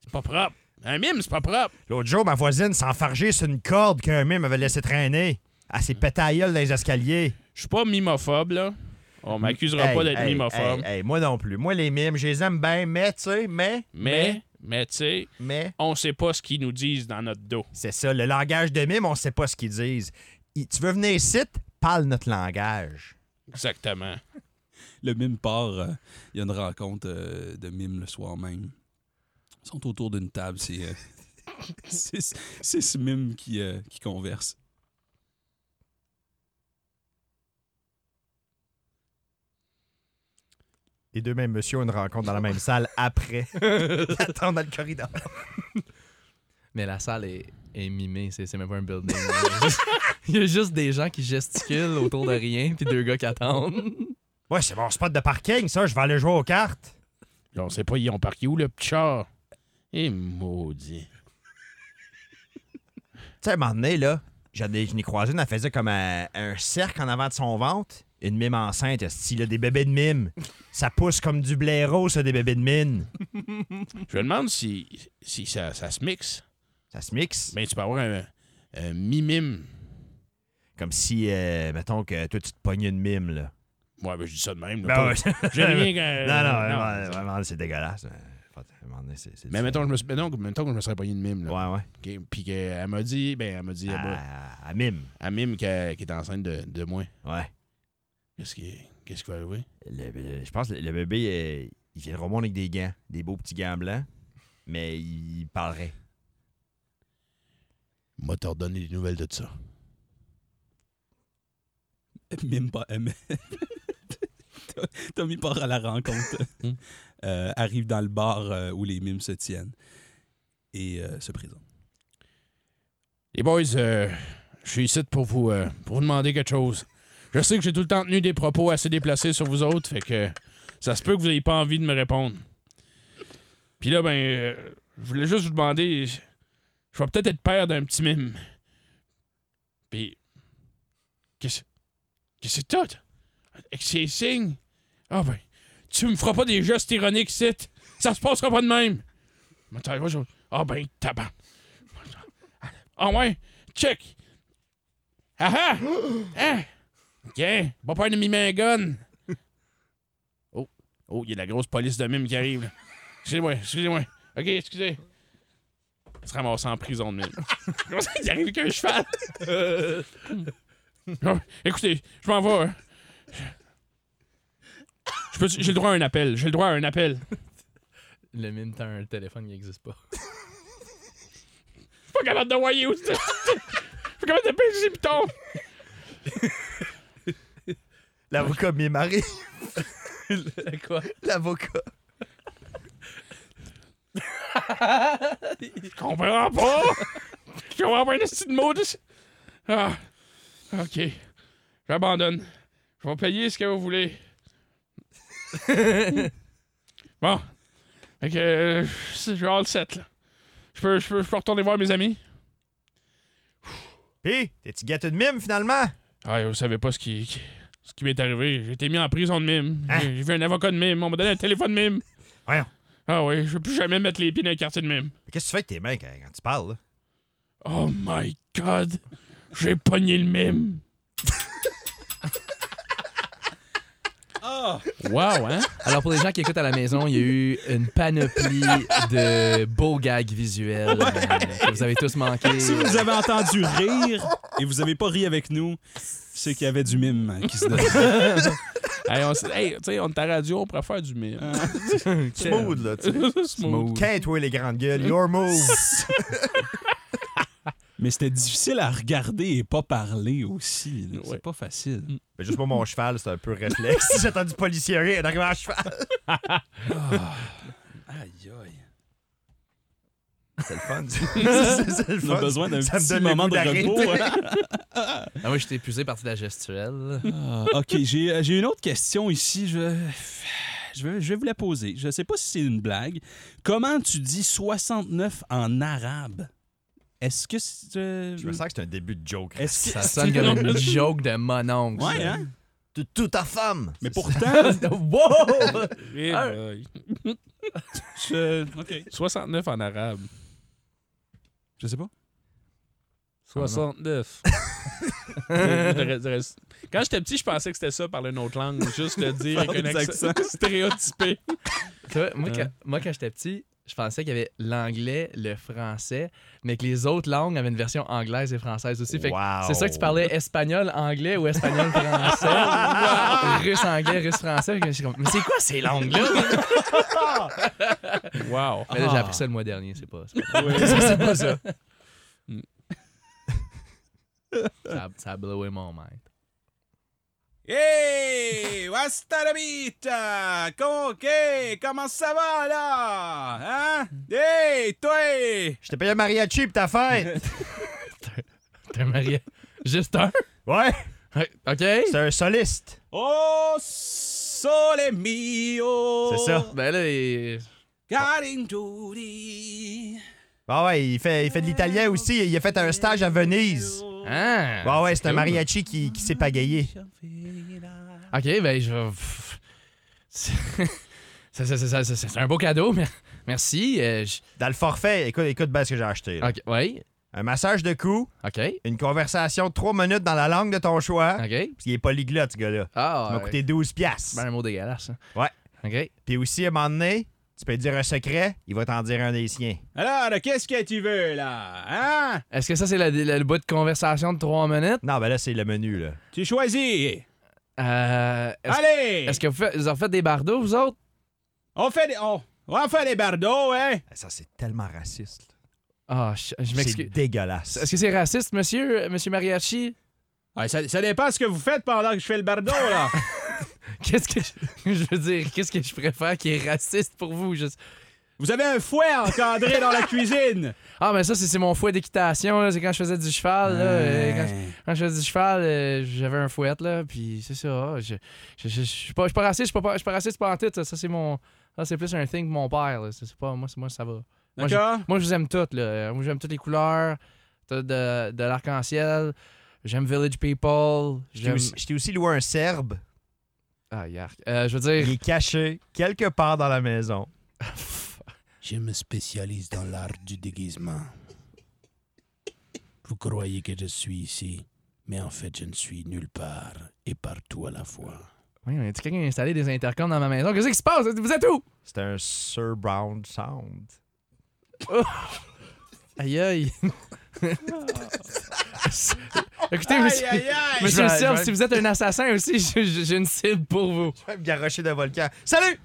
Speaker 5: c'est pas propre. Un mime, c'est pas propre.
Speaker 4: L'autre jour, ma voisine s'enfargeait sur une corde qu'un mime avait laissé traîner. Elle s'est pété à la gueule dans les escaliers.
Speaker 5: Je suis pas mimophobe, là. On m'accusera
Speaker 4: Hey,
Speaker 5: pas d'être
Speaker 4: hey,
Speaker 5: mimophobe.
Speaker 4: hey, hey, moi non plus. Moi, les mimes, je les aime bien, mais, tu sais, mais,
Speaker 5: mais, mais, tu sais,
Speaker 4: mais,
Speaker 5: on sait pas ce qu'ils nous disent dans notre dos.
Speaker 4: c'est ça. Le langage de mime, on sait pas ce qu'ils disent. Ils- tu veux venir ici, parle notre langage.
Speaker 5: Exactement.
Speaker 2: Le mime part. euh, Il y a une rencontre euh, de mime le soir même. Ils sont autour d'une table. C'est euh, *laughs* c'est c'est ce mime qui, euh, qui converse.
Speaker 4: Les deux mêmes monsieur ont une rencontre dans la même salle *laughs* après. Ils attendent dans le corridor.
Speaker 3: Mais la salle est, est mimée, c'est c'est même pas un building. Il y a juste- Il y a juste *laughs* des gens qui gesticulent autour de rien, puis deux gars qui attendent.
Speaker 4: Ouais, c'est mon spot de parking, ça. Je vais aller jouer aux cartes.
Speaker 5: Là, on sait pas, ils ont parqué où le petit char? Et maudit.
Speaker 4: Tu sais, à un moment donné, là, j'en ai- je n'ai croisé une, elle faisait comme un, un cercle en avant de son ventre. Une mime enceinte, style a des bébés de mime. Ça pousse comme du blaireau, ça, des bébés de mine.
Speaker 5: Je me demande si, si ça, ça se mixe.
Speaker 4: Ça se mixe.
Speaker 5: Ben, tu peux avoir un, un mimime.
Speaker 4: Comme si, euh, mettons que toi, tu te pognes une mime, là.
Speaker 5: Ouais, ben, je dis ça de même. là,
Speaker 4: Ben
Speaker 5: pas-
Speaker 4: ouais.
Speaker 5: J'ai rien. que-
Speaker 4: non, Euh, non, vraiment, vraiment, c'est dégueulasse. Euh, à un moment donné, c'est- c'est-
Speaker 5: Mais mettons, je me, suis- mettons que- mettons que je me serais pogné une mime. Là.
Speaker 4: Ouais, ouais. Ah.
Speaker 5: OK? Puis qu'elle m'a dit, ben, elle m'a dit, elle,
Speaker 4: À, à mime.
Speaker 5: elle mime qu'elle qu'elle est enceinte de, de moi.
Speaker 4: Ouais.
Speaker 5: Qu'est-ce qui, qu'est-ce qui va arriver?
Speaker 4: Le- le- je pense que le bébé, euh, il viendra au monde avec des gants, des beaux petits gants blancs, mais il parlerait.
Speaker 5: Moi, t'as redonné des nouvelles de ça.
Speaker 2: Mime pas. euh, Tommy part à la rencontre. Euh, arrive dans le bar euh, où les mimes se tiennent et euh, se présente.
Speaker 5: Les boys, euh, je suis ici pour vous, euh, pour vous demander quelque chose. Je sais que j'ai tout le temps tenu des propos assez déplacés sur vous autres, fait que ça se peut que vous n'ayez pas envie de me répondre. Puis là, ben, euh, je voulais juste vous demander, je vais peut-être être père d'un petit mime. Puis, qu'est-ce qu'est-ce que c'est tout? Avec ces signes? Ah ben, tu me feras pas des gestes ironiques, c'est. Ça se passera pas de même. Mais t'as- moi, je- Ah ben, tabac. Ah ouais? Check! Ah ah! Hein? Ok, pas peur de mimer un gun! Oh, oh, il y a la grosse police de mime qui arrive. là. Excusez-moi, excusez-moi. Ok, excusez. Il se ramasse en prison de mime. Comment ça *laughs* qu'il arrive qu'un cheval? Oh, écoutez, je m'en vais. hein. Je peux- J'ai le droit à un appel. J'ai le droit à un appel.
Speaker 3: Le mime, t'as un téléphone qui n'existe pas.
Speaker 5: Je suis pas capable de voyer où c'est. *laughs* Je suis capable de pécher, piton.
Speaker 4: L'avocat mime arrive.
Speaker 3: Quoi?
Speaker 4: L'avocat.
Speaker 5: Je comprends pas. *laughs* Je comprends pas un esti de mot. de- Ah. OK. J'abandonne. Je vais payer ce que vous voulez. bon. Fait que euh, c'est- j'ai hâte 7, là. Je peux, je peux, je peux retourner voir mes amis?
Speaker 4: Pis, t'es-tu gâteau de mime finalement?
Speaker 5: Ah, vous savez pas ce qui, qui- ce qui m'est arrivé. J'ai été mis en prison de mime.
Speaker 4: Hein?
Speaker 5: J'ai j'ai vu un avocat de mime. On m'a donné un téléphone de mime.
Speaker 4: Voyons.
Speaker 5: Ah oui, je veux plus jamais mettre les pieds dans un quartier de mime.
Speaker 4: Mais Qu'est-ce que tu fais avec tes mains quand, quand tu parles? là?
Speaker 5: Oh my god, j'ai pogné le mime. Wow, hein?
Speaker 3: Alors, pour les gens qui écoutent à la maison, il y a eu une panoplie de beaux gags visuels euh, que vous avez tous manqué.
Speaker 2: Si vous avez entendu rire et vous avez pas ri avec nous, c'est qu'il y avait du mime hein, qui se donnait.
Speaker 5: hey, on, s- hey, tu sais, on est à radio, on pourrait faire du mime.
Speaker 4: *laughs* Smooth, là, tu sais.
Speaker 5: Smooth.
Speaker 4: Quand toi, les grandes gueules, your move. *laughs*
Speaker 2: Mais c'était difficile à regarder et pas parler aussi. là.
Speaker 5: Ouais.
Speaker 2: C'est pas facile.
Speaker 4: Mais juste pour mon cheval, c'est un peu *laughs* réflexe. J'ai entendu policier rire en arrivant à cheval.
Speaker 2: Aïe aïe.
Speaker 4: C'est le fun. *laughs*
Speaker 2: *laughs*
Speaker 4: C'est c'est le
Speaker 2: On a
Speaker 4: fun.
Speaker 2: besoin d'un
Speaker 4: Ça me
Speaker 2: petit
Speaker 4: donne le
Speaker 2: moment
Speaker 4: goût
Speaker 2: de
Speaker 4: d'arrêter.
Speaker 2: repos. hein.
Speaker 4: *laughs*
Speaker 3: Ah, moi, j'étais épuisé par de la gestuelle.
Speaker 2: Ah, OK, j'ai euh, j'ai une autre question ici. Je, je, vais, je vais vous la poser. Je ne sais pas si c'est une blague. Comment tu dis 69 en arabe? Est-ce que c'est... euh,
Speaker 4: Je me sens que c'est un début de joke.
Speaker 2: Est-ce que...
Speaker 3: Ça sonne comme une joke de mon oncle.
Speaker 2: Ouais, hein?
Speaker 4: De toute ta femme. *laughs*
Speaker 2: Mais pourtant,
Speaker 3: wow!
Speaker 5: Eh,
Speaker 3: Ah.
Speaker 5: euh,
Speaker 2: je... OK.
Speaker 5: 69 en arabe.
Speaker 2: Je sais pas.
Speaker 5: 69. Je dirais- je dirais- Quand j'étais petit, je pensais que c'était ça par une autre langue. Juste le dire
Speaker 2: Faire
Speaker 5: avec un
Speaker 2: des
Speaker 5: accent
Speaker 2: accents.
Speaker 5: *laughs* stéréotypé.
Speaker 3: Tu vois, moi, quand, moi, quand j'étais petit, je pensais qu'il y avait l'anglais, le français, mais que les autres langues avaient une version anglaise et française aussi. Fait que
Speaker 4: Wow.
Speaker 3: C'est ça que tu parlais espagnol, anglais ou espagnol,
Speaker 4: *laughs*
Speaker 3: français, russe, anglais, russe, français. Fait que je suis comme, Mais c'est quoi ces
Speaker 4: *laughs*
Speaker 3: langues-là?
Speaker 5: Wow.
Speaker 3: Mais là, j'ai appris ça le mois dernier, c'est pas, c'est pas- *laughs*
Speaker 4: C'est pas ça. Mm.
Speaker 3: ça. a- Ça a blowé mon mind.
Speaker 2: Hey! Hasta la vista! Comment, ok, comment ça va, là? Hein? Hey, toi!
Speaker 4: Je t'ai payé un mariachi pour ta fête.
Speaker 2: *laughs*
Speaker 3: T'es marié? Juste un?
Speaker 4: Ouais,
Speaker 3: Ouais, OK?
Speaker 4: c'est un soliste.
Speaker 2: Oh, sole mio!
Speaker 4: C'est ça.
Speaker 3: Ben là, il-
Speaker 2: Carinto di-
Speaker 4: Ah ouais, il fait, il fait de l'italien aussi. Il a fait un stage à Venise. Bah
Speaker 3: Hein?
Speaker 4: Ouais, ouais, c'est un mariachi qui, qui s'est pagayé.
Speaker 3: OK, ben je vais... *laughs* C'est- c'est- c'est- c'est- c'est- C'est un beau cadeau, mais... Merci. euh, je-
Speaker 4: Dans le forfait, écoute, écoute bien ce que j'ai acheté. là.
Speaker 3: OK, oui.
Speaker 4: Un massage de cou,
Speaker 3: OK.
Speaker 4: une conversation de 3 minutes dans la langue de ton choix.
Speaker 3: OK.
Speaker 4: Parce qu'il est polyglotte, ce gars-là.
Speaker 3: Ah,
Speaker 4: Ça m'a
Speaker 3: ouais.
Speaker 4: coûté 12 piastres.
Speaker 3: Ben, un mot dégueulasse. hein.
Speaker 4: Ouais.
Speaker 3: OK.
Speaker 4: Puis aussi, à un moment donné, tu peux dire un secret, il va t'en dire un des siens.
Speaker 2: Alors, qu'est-ce que tu veux, là? Hein?
Speaker 3: Est-ce que ça, c'est la- la- le bout de conversation de trois minutes?
Speaker 4: Non, ben là, c'est le menu, là.
Speaker 2: Tu choisis.
Speaker 3: Euh, est-ce,
Speaker 2: Allez!
Speaker 3: est-ce que vous, faites, vous en faites des bardeaux, vous autres?
Speaker 2: On fait des... On, on va faire des bardeaux, hein?
Speaker 4: Eh, Ça, c'est tellement raciste.
Speaker 3: Ah, je, je
Speaker 4: C'est
Speaker 3: m'excuse.
Speaker 4: dégueulasse.
Speaker 3: Est-ce que c'est raciste, monsieur, euh, monsieur Mariachi?
Speaker 2: Ouais, ça, ça dépend ce que vous faites pendant que je fais le bardeau,
Speaker 5: *laughs*
Speaker 2: là.
Speaker 3: Qu'est-ce que je, *laughs* je veux dire, qu'est-ce que je préfère qui est raciste pour vous? Juste...
Speaker 2: vous avez un fouet encadré dans la cuisine.
Speaker 3: Ah, mais ça, c'est, c'est mon fouet d'équitation, là. C'est quand je faisais du cheval, là. euh, quand, je- quand je faisais du cheval, euh, j'avais un fouet, là. Puis c'est ça. Ah, Je, je, je- je suis pas, je suis pas raciste, je suis pas- pas, je suis pas raciste, pas en tête. Ça, Ça, c'est mon. Ça, c'est plus un thing que mon père, là. C'est, c'est pas, moi, c'est- moi, ça va. Moi, j'ai-
Speaker 2: D'accord?
Speaker 3: Moi, je vous aime toutes, là. Moi, j'aime toutes les couleurs tout de, de l'arc-en-ciel. J'aime Village People.
Speaker 4: Je t'ai
Speaker 3: J'aime...
Speaker 4: aussi, je t'ai aussi loué un Serbe.
Speaker 3: Ah, yark. Euh, je veux
Speaker 4: Il
Speaker 3: dire...
Speaker 4: est caché quelque part dans la maison.
Speaker 7: Je me spécialise dans l'art du déguisement. Vous croyez que je suis ici, mais en fait, je ne suis nulle part et partout à la fois.
Speaker 3: Oui, mais tu quelqu'un qui a installé des intercoms dans ma maison? Qu'est-ce qui se passe? Vous êtes où?
Speaker 4: C'est un surround sound.
Speaker 3: Aïe, aïe. *laughs* Écoutez, monsieur, monsieur
Speaker 4: Je vais-
Speaker 3: Sylve,
Speaker 4: je vais-
Speaker 3: si vous êtes un assassin aussi, je- je- j'ai une cible pour vous.
Speaker 4: Je vais me garrocher d'un volcan. Salut!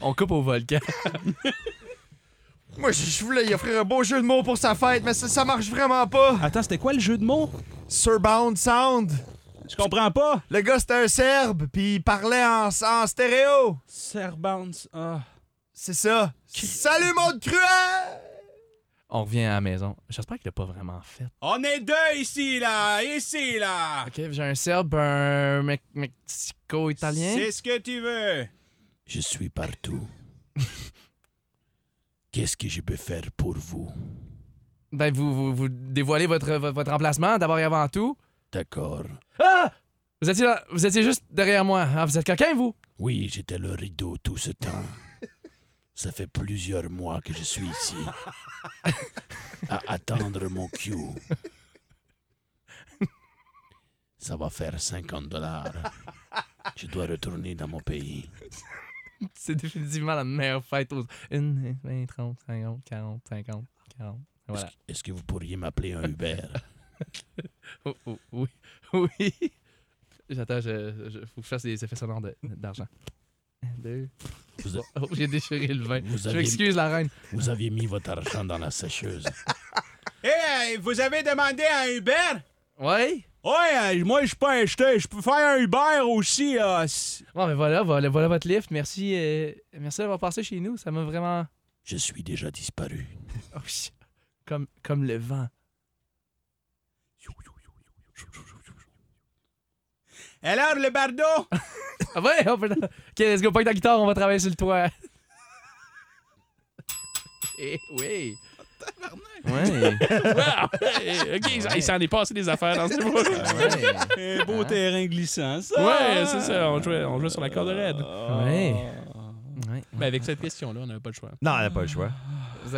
Speaker 3: On coupe au volcan.
Speaker 4: Moi, je- je voulais y offrir un beau jeu de mots pour sa fête, mais ça, ça marche vraiment pas.
Speaker 2: Attends, c'était quoi le jeu de mots?
Speaker 4: Surbound Sound.
Speaker 2: Je comprends pas.
Speaker 4: Le gars, c'était un Serbe, puis il parlait en, en stéréo.
Speaker 2: Serbounce. Ah.
Speaker 4: C'est ça. Salut, monde cruel!
Speaker 3: On revient à la maison. J'espère qu'il l'a pas vraiment fait.
Speaker 2: On est deux ici, là! Ici, là!
Speaker 3: Ok, j'ai un serbe, un mec- mexico-italien.
Speaker 2: C'est ce que tu veux.
Speaker 5: Je suis partout.
Speaker 3: *laughs*
Speaker 5: Qu'est-ce que je peux faire pour vous?
Speaker 3: Ben, vous, vous, vous dévoilez votre, votre, votre emplacement d'abord et avant tout.
Speaker 5: D'accord.
Speaker 3: Ah! Vous étiez, là- vous étiez juste derrière moi. Ah, vous êtes quelqu'un, vous?
Speaker 5: Oui, j'étais le rideau tout ce temps. Ça fait plusieurs mois que je suis ici. à attendre mon cue. Ça va faire 50 dollars. Je dois retourner dans mon pays.
Speaker 3: *laughs* C'est définitivement la meilleure fête aux. 1, 20, 30, 50, 40, 50, 40. Voilà.
Speaker 5: Est-ce que vous pourriez m'appeler un Uber?
Speaker 3: *laughs* Oh, oh, oui. Oui. J'attends, je, je- faut que je fasse des effets sonores de- d'argent. Un, Deux.
Speaker 5: Vous, a-
Speaker 3: Oh, j'ai déchiré le vin.
Speaker 5: Vous
Speaker 3: Je
Speaker 5: avez-
Speaker 3: m'excuse, la reine.
Speaker 5: vous aviez mis votre argent dans la sécheuse.
Speaker 2: *laughs* Eh, euh, vous avez demandé à Uber?
Speaker 3: Oui?
Speaker 2: Ouais, euh, moi, je peux acheter. Je peux faire un Uber aussi. euh, là. C'est-
Speaker 3: Bon, mais voilà, voilà, voilà votre lift. Merci, euh, merci d'avoir passé chez nous. Ça m'a vraiment.
Speaker 5: Je suis déjà disparu.
Speaker 3: *laughs* Oh, shit. comme, comme le vent.
Speaker 2: Alors, le
Speaker 5: *laughs*
Speaker 2: bardo?
Speaker 3: Ah ouais, oh putain. Ok, let's go, pointe ta guitare, on va travailler sur le
Speaker 5: *laughs*
Speaker 3: toit. Eh oui.
Speaker 5: Oh,
Speaker 3: Ouais.
Speaker 5: Ouais, ok, ça- il s'en est passé des affaires dans ce niveau.
Speaker 3: ouais.
Speaker 2: Un
Speaker 5: Hein?
Speaker 2: beau terrain glissant, ça.
Speaker 5: Ouais, c'est ça, on jouait, on jouait sur la corde raide.
Speaker 3: Ouais. Ouais.
Speaker 5: Mais avec cette question-là, on n'avait pas le choix.
Speaker 4: Non, on n'a pas le choix.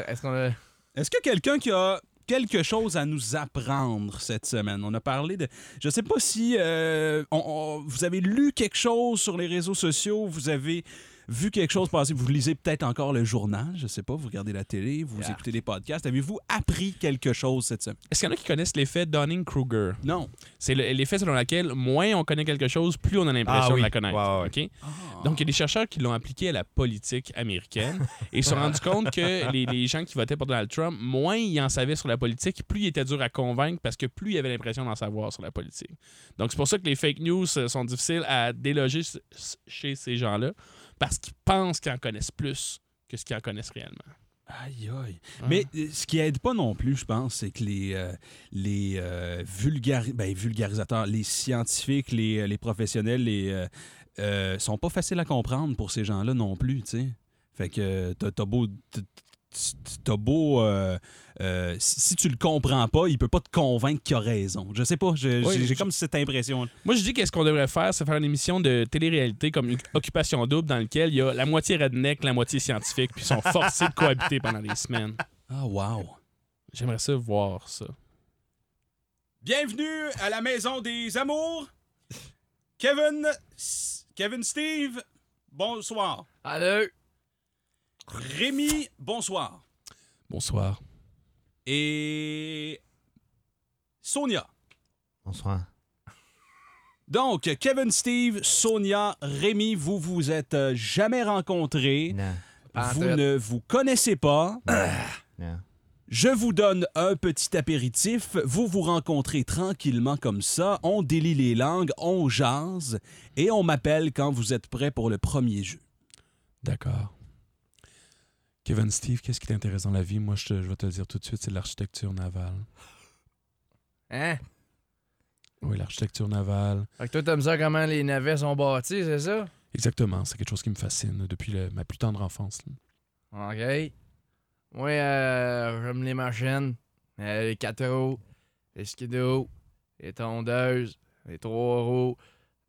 Speaker 3: Est-ce qu'on a.
Speaker 2: Est-ce que quelqu'un qui a quelque chose à nous apprendre cette semaine? On a parlé de... Je sais pas si euh, on- on- vous avez lu quelque chose sur les réseaux sociaux, vous avez vu quelque chose passer, vous lisez peut-être encore le journal, je sais pas, vous regardez la télé, vous
Speaker 3: Yeah.
Speaker 2: écoutez des podcasts. Avez-vous appris quelque chose cette semaine?
Speaker 5: Est-ce qu'il y en a qui connaissent l'effet Dunning-Kruger?
Speaker 2: Non.
Speaker 5: C'est le- l'effet selon lequel moins on connaît quelque chose, plus on a l'impression
Speaker 4: Ah oui.
Speaker 5: de la connaître.
Speaker 4: Ouais, ouais.
Speaker 5: OK? Donc, il y a des chercheurs qui l'ont appliqué à la politique américaine et ils se sont rendus compte que les, les gens qui votaient pour Donald Trump, moins ils en savaient sur la politique, plus ils étaient durs à convaincre parce que plus ils avaient l'impression d'en savoir sur la politique. Donc, c'est pour ça que les fake news euh, sont difficiles à déloger s- s- chez ces gens-là parce qu'ils pensent qu'ils en connaissent plus que ce qu'ils en connaissent réellement.
Speaker 2: Aïe, aïe. Mais euh, ce qui aide pas non plus, je pense, c'est que les, euh, les euh, vulgari- ben, vulgarisateurs, les scientifiques, les, euh, les professionnels, les euh, euh, sont pas faciles à comprendre pour ces gens-là non plus, tu sais. Fait que euh, t'as t'as beau... t- t- T'as beau. euh, euh, si si tu le comprends pas, il peut pas te convaincre qu'il a raison. Je sais pas, je-
Speaker 5: Oui,
Speaker 2: j'ai j'ai
Speaker 5: je-
Speaker 2: comme cette impression.
Speaker 5: Moi, je dis qu'est-ce qu'on devrait faire, c'est faire une émission de télé-réalité comme Occupation Double, dans laquelle il y a la moitié redneck, la moitié scientifique, puis ils sont forcés de cohabiter pendant des semaines.
Speaker 2: Ah, wow.
Speaker 5: J'aimerais ça voir ça.
Speaker 2: Bienvenue à la maison des amours. Kevin, Kevin Steve, bonsoir.
Speaker 3: Allô?
Speaker 2: Rémi, bonsoir.
Speaker 5: Bonsoir.
Speaker 2: Et Sonia.
Speaker 4: Bonsoir.
Speaker 2: Donc, Kevin, Steve, Sonia, Rémi, vous vous êtes euh, jamais rencontrés.
Speaker 4: Non,
Speaker 3: Pas en
Speaker 2: Vous
Speaker 3: tout.
Speaker 2: ne vous connaissez pas.
Speaker 4: non.
Speaker 2: Je vous donne un petit apéritif. Vous vous rencontrez tranquillement comme ça. On délie les langues, on jase et on m'appelle quand vous êtes prêt pour le premier jeu.
Speaker 5: D'accord. Kevin Steve, qu'est-ce qui t'intéresse dans la vie? Moi, je, te- je vais te le dire tout de suite, c'est l'architecture navale.
Speaker 3: Hein?
Speaker 5: Oui, l'architecture navale.
Speaker 3: Fait que toi, t'aimes ça comment les navets sont bâtis, c'est ça?
Speaker 5: Exactement, c'est quelque chose qui me fascine depuis le- ma plus tendre enfance. là.
Speaker 3: Ok. Moi, euh, j'aime les machines. Euh, les 4 roues, les skidos, les tondeuses, les 3 roues,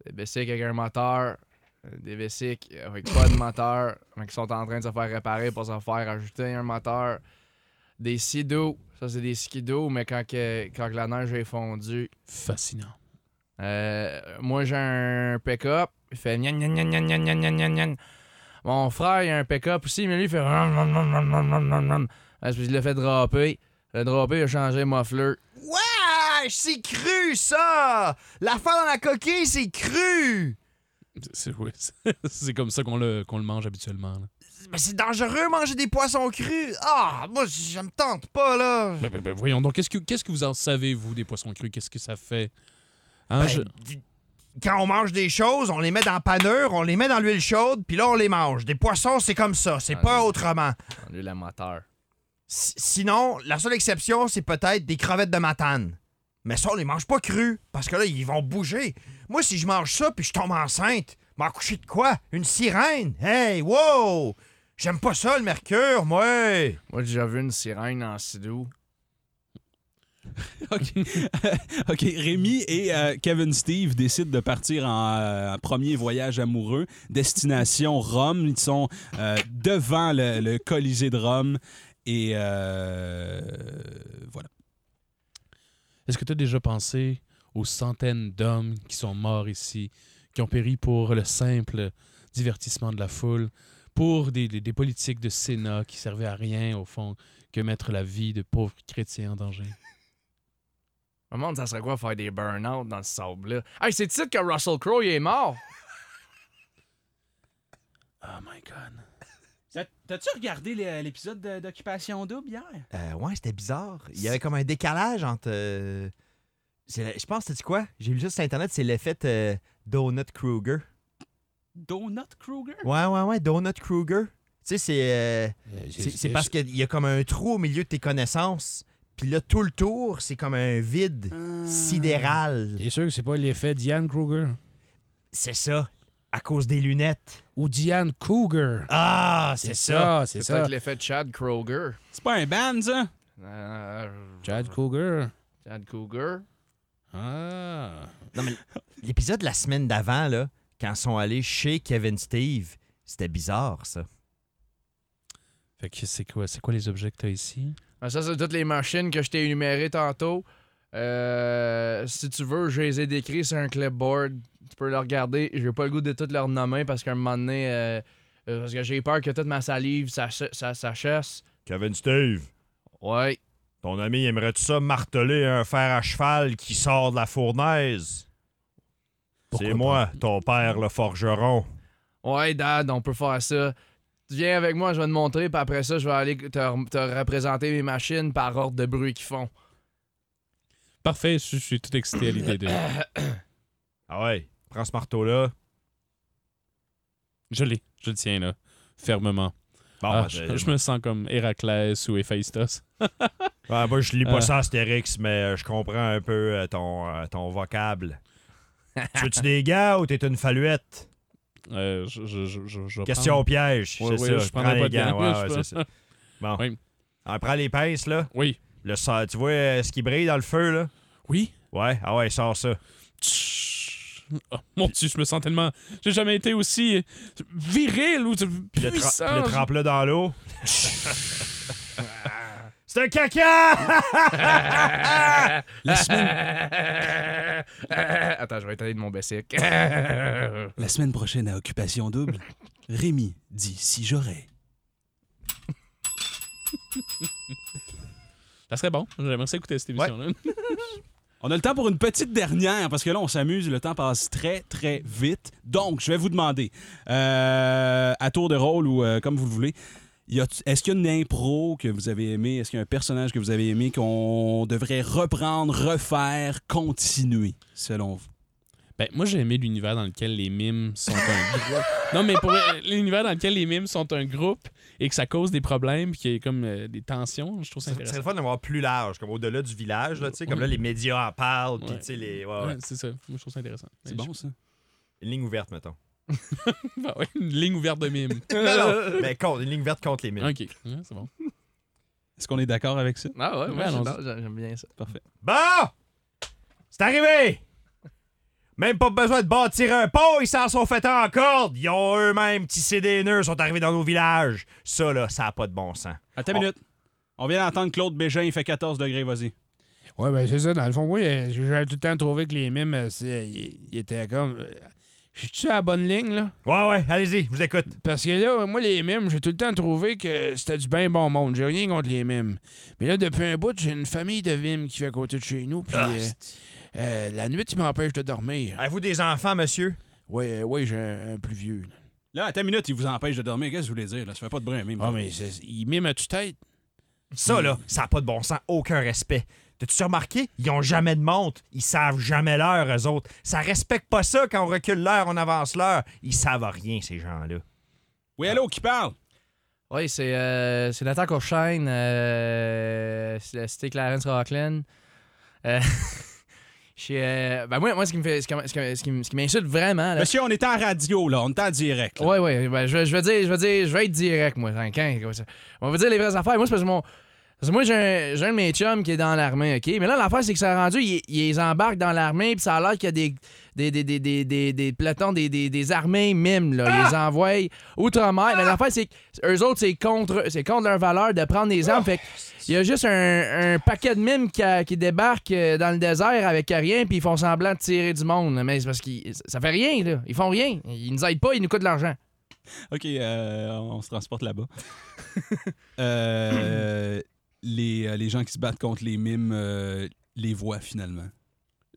Speaker 3: les bicycles avec un moteur, euh, des bicycles avec pas de moteur, mais qui sont en train de se faire réparer pour se faire ajouter un moteur. Des sidos, ça c'est des skidos, mais quand, que, quand que la neige est fondue.
Speaker 5: Fascinant.
Speaker 3: Euh, moi j'ai un pick-up, il fait gnan gnan gnan gnan gnan gnan gnan gnan. Mon frère, il a un pick-up aussi, mais lui, il fait. rum, rum, rum, rum, rum, rum, rum, rum. Ah, c'est parce qu'il l'a fait draper. Le draper, il a changé le muffler.
Speaker 2: Wow!
Speaker 4: vache, c'est cru, ça! La fin dans la coquille, c'est cru!
Speaker 5: C'est oui, c'est- *laughs* c'est comme ça qu'on le, qu'on le mange habituellement. là.
Speaker 4: Mais c'est dangereux, manger des poissons crus! Ah, moi, je me tente pas, là!
Speaker 5: Ben, ben, ben, voyons donc, qu'est-ce que, qu'est-ce que vous en savez, vous, des poissons crus? Qu'est-ce que ça fait? Hein,
Speaker 4: Ben,
Speaker 5: je-
Speaker 4: d- Quand on mange des choses, on les met dans la panure, on les met dans l'huile chaude, puis là, on les mange. Des poissons, c'est comme ça, c'est
Speaker 3: Ah,
Speaker 4: pas
Speaker 3: oui.
Speaker 4: autrement.
Speaker 3: On est l'amateur.
Speaker 4: Si- Sinon, la seule exception, c'est peut-être des crevettes de matane. Mais ça, on les mange pas crues, parce que là, ils vont bouger. Moi, si je mange ça, puis je tombe enceinte, m'en coucher de quoi? Une sirène? Hey, wow! J'aime pas ça, le mercure, moi! Euh,
Speaker 3: Moi, j'ai déjà vu une sirène en sidou.
Speaker 2: OK. *laughs* OK. Rémi et euh, Kevin Steve décident de partir en euh, premier voyage amoureux, destination Rome. Ils sont euh, devant le, le Colisée de Rome. Et euh, voilà.
Speaker 5: Est-ce que tu as déjà pensé aux centaines d'hommes qui sont morts ici, qui ont péri pour le simple divertissement de la foule, pour des, des- des politiques de Sénat qui servaient à rien, au fond, que mettre la vie de pauvres chrétiens en danger?
Speaker 3: Le monde, ça serait quoi faire des burn-out dans ce sable-là? Hey, c'est ici que Russell Crowe il est mort!
Speaker 5: Oh my God.
Speaker 2: T'as-tu regardé l'épisode d'Occupation Double hier?
Speaker 4: Euh, ouais, c'était bizarre. Il y avait comme un décalage entre. euh, c'est la- Je pense, c'est quoi? J'ai lu juste sur Internet, c'est l'effet euh, Donut Kruger.
Speaker 2: Donut Kruger?
Speaker 4: Ouais, ouais, ouais, Donut Kruger. Tu sais, c'est. euh, c'est- c'est parce qu'il y a comme un trou au milieu de tes connaissances. Puis là, tout le tour, c'est comme un vide sidéral.
Speaker 5: T'es sûr que c'est pas l'effet Diane Kruger?
Speaker 4: C'est ça. À cause des lunettes.
Speaker 5: Ou Diane Cougar?
Speaker 4: Ah, c'est ça.
Speaker 5: c'est
Speaker 3: peut-être
Speaker 5: ça.
Speaker 3: l'effet Chad Kroger.
Speaker 2: C'est pas un band, ça?
Speaker 3: Euh,
Speaker 5: Chad Cougar.
Speaker 3: Chad Kroger.
Speaker 5: Ah.
Speaker 4: L'épisode de la semaine d'avant, là, quand ils sont allés chez Kevin Steve, c'était bizarre, ça.
Speaker 5: Fait que c'est quoi, c'est quoi les objets que t'as ici?
Speaker 3: Ah, Ça, c'est toutes les machines que je t'ai énumérées tantôt. Euh, si tu veux, je les ai décrites sur un clipboard. Tu peux les regarder. J'ai pas le goût de toutes leur nommer parce qu'à un moment donné, euh, euh, parce que j'ai peur que toute ma salive s'ach- s'a- s'achèsse.
Speaker 4: Kevin Steve,
Speaker 3: Ouais.
Speaker 4: ton ami, aimerais-tu ça marteler un fer à cheval qui sort de la fournaise?
Speaker 5: Pourquoi
Speaker 4: ton père, le forgeron.
Speaker 3: Ouais, Dad, on peut faire ça. Tu viens avec moi, je vais te montrer, puis après ça, je vais aller te, te représenter mes machines par ordre de bruit qu'ils font.
Speaker 5: Parfait, je, je suis tout excité
Speaker 4: *coughs*
Speaker 5: à l'idée de.
Speaker 4: Ah ouais, prends ce marteau-là.
Speaker 5: Je l'ai, je le tiens là, fermement.
Speaker 4: Bon,
Speaker 5: Ah,
Speaker 4: ben,
Speaker 5: je,
Speaker 4: euh,
Speaker 5: je me sens comme Héraclès ou Héphaïstos.
Speaker 4: ouais, ben, moi, je lis pas
Speaker 5: Euh.
Speaker 4: ça, Astérix, mais euh, je comprends un peu euh, ton, euh, ton
Speaker 5: *laughs*
Speaker 4: vocable. tu veux-tu des gars ou t'es une faluette?
Speaker 5: Euh, je, je, je, je- je vais
Speaker 4: Question
Speaker 5: prendre-
Speaker 4: piège.
Speaker 5: Ah. Ouais,
Speaker 4: c'est ça,
Speaker 5: ouais, je
Speaker 4: prends
Speaker 5: prendrais
Speaker 4: les
Speaker 5: pas de
Speaker 4: gants.
Speaker 5: gants,
Speaker 4: ouais,
Speaker 5: je
Speaker 4: ouais,
Speaker 5: pense.
Speaker 4: c'est ça. Bon.
Speaker 5: Oui.
Speaker 4: Ah, prends les pinces, là.
Speaker 5: Oui,
Speaker 4: Le, sa- tu vois euh, ce qui brille dans le feu, là?
Speaker 5: oui.
Speaker 4: Ouais, ah ouais, sors ça.
Speaker 5: Tch. Oh, mon Dieu, je me sens tellement. J'ai jamais été aussi viril ou
Speaker 4: Puis le, tra- puis
Speaker 5: puissant.
Speaker 4: le trempe-le dans l'eau. c'est un caca!
Speaker 2: La semaine, *laughs*
Speaker 3: Attends, je vais étaler de mon basic.
Speaker 2: la semaine prochaine à Occupation Double, Rémi dit si j'aurais.
Speaker 5: Ça serait bon. J'aimerais ça écouter cette émission-là.
Speaker 2: On a le temps pour une petite dernière parce que là, on s'amuse, le temps passe très, très vite. Donc, je vais vous demander, euh, à tour de rôle ou euh, comme vous le voulez, y a- est-ce qu'il y a une impro que vous avez aimée? Est-ce qu'il y a un personnage que vous avez aimé qu'on devrait reprendre, refaire, continuer, selon vous?
Speaker 5: Ben, moi, j'ai aimé l'univers dans lequel les mimes sont un groupe. Non, mais pour euh, l'univers dans lequel les mimes sont un groupe et que ça cause des problèmes, puis qu'il y a comme euh, des tensions, je trouve ça
Speaker 4: C'est
Speaker 5: intéressant.
Speaker 4: le fun d'avoir plus large, comme au-delà du village, là, tu sais, comme là, les médias en parlent, puis
Speaker 5: Ouais.
Speaker 4: tu sais, les... ouais, ouais.
Speaker 5: Ouais, c'est ça. Moi, je trouve ça intéressant.
Speaker 2: *laughs* Ah C'est bon, ça?
Speaker 4: Une ligne ouverte, mettons.
Speaker 5: Ben *laughs* ouais, une ligne ouverte
Speaker 2: *laughs*
Speaker 5: de mimes.
Speaker 4: *laughs* non, non, mais contre, une ligne verte contre les mines.
Speaker 5: OK. Ouais, c'est bon.
Speaker 2: Est-ce qu'on est d'accord avec ça?
Speaker 3: Ah ouais, moi,
Speaker 5: Ouais, allons-y.
Speaker 3: j'adore, j'aime bien ça.
Speaker 4: Bon! C'est arrivé! Même pas besoin de bâtir un pont, ils s'en sont fait en corde. Ils ont eux-mêmes tissé des nœuds, sont arrivés dans nos villages. Ça, là, ça n'a pas de bon sens.
Speaker 2: Attends
Speaker 4: On-
Speaker 2: une minute. On vient d'entendre Claude Bégin, il fait 14 degrés, vas-y.
Speaker 7: Ouais, ben c'est ça. Dans le fond, moi, euh, j'ai j'ai tout le temps trouvé que les mimes, euh, c'est- ils ils étaient comme. euh, Je suis à la bonne ligne, là?
Speaker 4: Ouais, ouais, allez-y, je vous écoute.
Speaker 7: Parce que là, moi, les mimes, j'ai tout le temps trouvé que c'était du bien bon monde. J'ai rien contre les mimes. Mais là, depuis un bout, j'ai une famille de mimes qui vit à côté de chez nous. Puis
Speaker 4: Ah,
Speaker 7: euh, euh, la nuit, ils m'empêchent de dormir.
Speaker 4: Avez-vous des enfants, monsieur?
Speaker 7: Oui, oui, j'ai un, un plus vieux. là.
Speaker 2: Là, à ta minute, il vous empêche de dormir. Qu'est-ce que vous voulez dire? Là? Ça fait pas de brin,
Speaker 7: Ah, mais c'est- il mime à tue-tête.
Speaker 4: Ça, là, ça n'a pas de bon sens, aucun respect. T'as-tu remarqué? Ils ont jamais de montre. Ils savent jamais l'heure, eux autres. Ça respecte pas ça quand on recule l'heure, on avance l'heure. Ils savent rien, ces gens-là.
Speaker 2: Oui, allô, qui parle?
Speaker 3: Oui, c'est euh, c'est Nathan Courchaine, euh, c'est la cité Clarence Rockland. Euh, *laughs* je suis, euh, ben moi, moi, ce qui me fait, ce qui, ce qui- ce qui me- ce qui m'insulte
Speaker 7: Euh.
Speaker 3: vraiment, là,
Speaker 2: Monsieur, on est en radio, là. On est en direct. là.
Speaker 3: Ouais, ouais, ben, je, je veux dire, je veux dire, je vais être direct, moi, tranquille, comme ça. On va dire les vraies affaires. Moi, c'est parce que mon. parce que moi, j'ai un, j'ai un de mes chums qui est dans l'armée, OK? Mais là, l'affaire, c'est que ça a rendu, ils, ils embarquent dans l'armée, puis ça a l'air qu'il y a des, des, des, des, des, des, des pelotons, des, des, des armées mimes, là. Ils les envoient outre-mer. Mais l'affaire, c'est qu'eux autres, c'est contre, c'est contre leur valeur de prendre des armes. Fait qu'il y a juste un, un paquet de mimes qui, a- qui débarquent euh, dans le désert avec rien, puis ils font semblant de tirer du monde. là. Mais c'est parce que ça fait rien, là. Ils font rien. Ils nous aident pas, ils nous coûtent de l'argent.
Speaker 2: OK, euh, on se transporte là-bas. Euh, *clears throat* les, euh, les gens qui se battent contre les mimes euh, les voient finalement.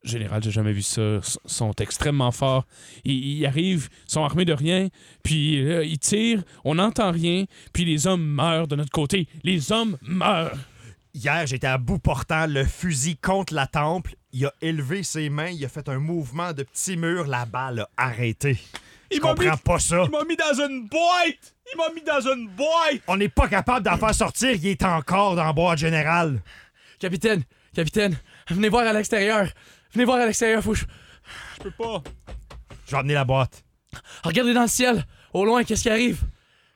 Speaker 5: Général, j'ai jamais vu ça. S- sont extrêmement forts. Ils, ils arrivent, sont armés de rien, puis euh, ils tirent, on n'entend rien, puis les hommes meurent de notre côté. Les hommes meurent.
Speaker 4: Hier, j'étais à bout portant le fusil contre la temple. Il a élevé ses mains, il a fait un mouvement de petit mur, la balle a arrêté. Je
Speaker 2: Il m'a mis,
Speaker 4: comprends pas ça.
Speaker 2: il m'a mis dans une boîte! Il m'a mis dans une boîte!
Speaker 4: On n'est pas capable d'en faire sortir, il est encore dans la boîte générale.
Speaker 3: Capitaine, capitaine, venez voir à l'extérieur. Venez voir à l'extérieur, faut que je-
Speaker 2: Je peux pas.
Speaker 4: Je vais amener la boîte.
Speaker 3: Regardez dans le ciel. Au loin, qu'est-ce qui arrive?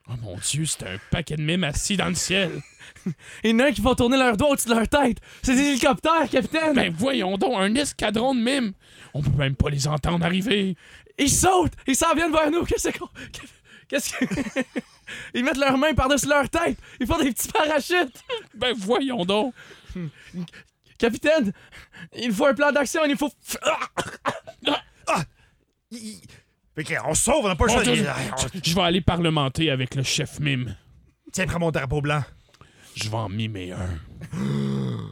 Speaker 5: Oh mon Dieu, c'est un paquet de mimes assis dans le ciel.
Speaker 3: *laughs* Il y en a un qui vont tourner leur doigt au-dessus de leur tête. C'est des hélicoptères, capitaine.
Speaker 5: Ben voyons donc, un escadron de mimes. On peut même pas les entendre arriver.
Speaker 3: Ils sautent. Ils s'en viennent vers nous. Qu'est-ce qu'on... *laughs* Qu'est-ce que... *laughs* Ils mettent leurs mains par-dessus leur tête. Ils font des petits parachutes.
Speaker 5: *laughs* Ben voyons donc.
Speaker 3: *laughs* Capitaine, il faut un plan d'action. Il faut...
Speaker 5: *laughs*
Speaker 4: Il- il- Fait que, on se sauve, on n'a pas le choix.
Speaker 5: Bon, je,
Speaker 4: Il- on-
Speaker 5: je- je vais aller parlementer avec le chef mime.
Speaker 4: Tiens, prends mon drapeau blanc.
Speaker 5: Je vais en mimer un.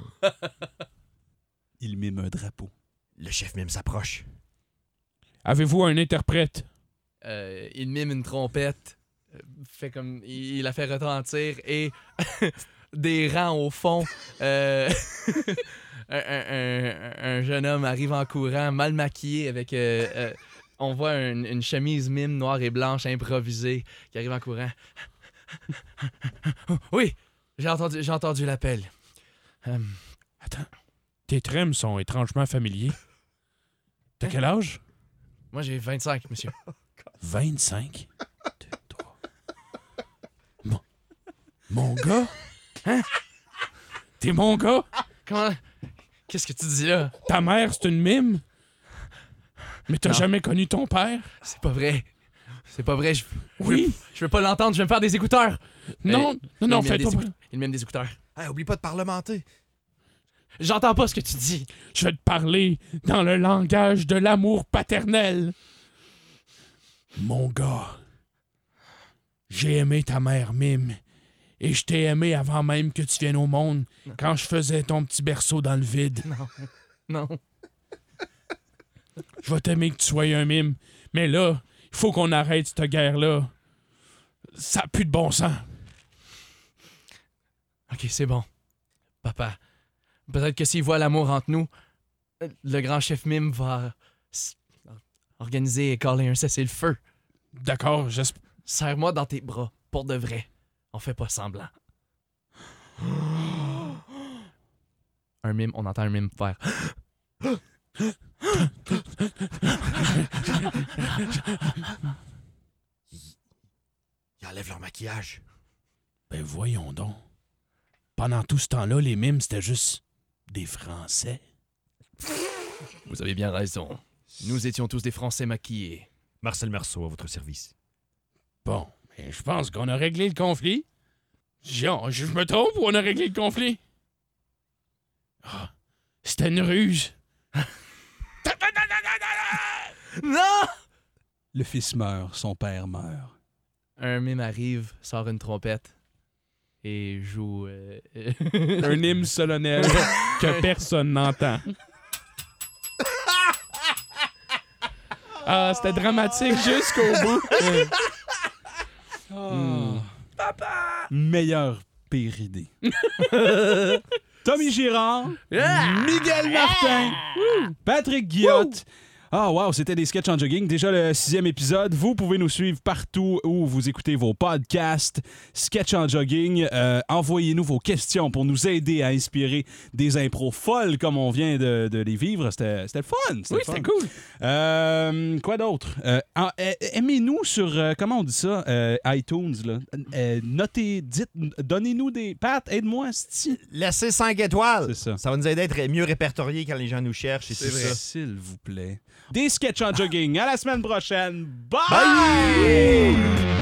Speaker 2: Il mime un drapeau.
Speaker 4: Le chef mime s'approche.
Speaker 5: Avez-vous un interprète?
Speaker 3: Euh, il mime une trompette. euh, Fait comme... Il la fait retentir et... *laughs* des rangs au fond. Euh, *laughs* un, un- un- un jeune homme arrive en courant, mal maquillé, avec. euh, euh, on voit un- une chemise mime noire et blanche improvisée qui arrive en courant. *laughs* oui, j'ai entendu, j'ai entendu l'appel. Euh,
Speaker 5: Tes trèmes sont étrangement familiers. T'as quel âge?
Speaker 3: moi, j'ai 25, monsieur.
Speaker 5: 25. Deux, trois. Mon, mon gars? Hein? T'es mon gars?
Speaker 3: Comment. Qu'est-ce que tu dis là?
Speaker 5: Ta mère, c'est une mime? Mais t'as
Speaker 3: Non.
Speaker 5: jamais connu ton père?
Speaker 3: C'est pas vrai. C'est pas vrai. Je,
Speaker 5: Oui?
Speaker 3: je veux pas l'entendre. Je vais me faire des écouteurs.
Speaker 5: Non, non, non,
Speaker 3: il mime
Speaker 5: fais
Speaker 3: des
Speaker 5: pas.
Speaker 3: écouteurs. Il mime des écouteurs.
Speaker 4: Hey, oublie pas de parlementer.
Speaker 3: J'entends pas ce que tu dis.
Speaker 5: Je vais te parler dans le langage de l'amour paternel. Mon gars, j'ai aimé ta mère Mime et je t'ai aimé avant même que tu viennes au monde quand je faisais ton petit berceau dans le vide.
Speaker 3: Non.
Speaker 5: Je vais t'aimer que tu sois un mime, mais là, il faut qu'on arrête cette guerre-là. Ça a plus de bon sens.
Speaker 3: Ok, c'est bon. Papa, peut-être que s'il voit l'amour entre nous, euh, le grand chef mime va s- organiser et caler un cessez-le-feu.
Speaker 5: D'accord, j'espère.
Speaker 3: Serre-moi dans tes bras, pour de vrai. On fait pas semblant. *gasps* un mime, on entend un mime faire. *gasps*
Speaker 4: Ils enlèvent leur maquillage.
Speaker 5: Ben voyons donc. Pendant tout ce temps-là, les mimes, c'était juste des Français.
Speaker 3: Vous avez bien raison. Nous étions tous des Français maquillés.
Speaker 4: Marcel Merceau, à votre service.
Speaker 5: Bon, ben, je pense qu'on a réglé le conflit. Jean, je je me trompe ou on a réglé le conflit? Ah, c'était une ruse.
Speaker 3: Non!
Speaker 2: Le fils meurt, son père meurt.
Speaker 3: Un mime arrive, sort une trompette et joue. euh,
Speaker 5: *laughs*
Speaker 3: *laughs*
Speaker 5: *laughs* Un hymne solennel *laughs* que personne n'entend. Ah, c'était dramatique jusqu'au bout.
Speaker 2: Meilleure pire
Speaker 5: *laughs*
Speaker 2: idée. Tommy Girard, Miguel Martin, Patrick Guillotte. Ah, wow, c'était des sketchs en jogging. Déjà le sixième épisode. Vous pouvez nous suivre partout où vous écoutez vos podcasts. Sketch en jogging. Euh, Envoyez-nous vos questions pour nous aider à inspirer des impros folles comme on vient de, de les vivre. C'était c'était le fun.
Speaker 5: Oui,
Speaker 2: le fun.
Speaker 5: c'était cool.
Speaker 2: Euh, quoi d'autre? Euh, en- euh, Aimez-nous sur, euh, comment on dit ça, euh, iTunes. Là. Euh, notez, dites, donnez-nous des pattes, aide-moi, sti.
Speaker 4: Laissez 5 étoiles.
Speaker 2: C'est ça.
Speaker 4: Ça va nous aider à être mieux répertoriés quand les gens nous cherchent. et tout ça.
Speaker 2: S'il vous plaît. Des sketchs en jogging. À la semaine prochaine. Bye!
Speaker 4: Bye!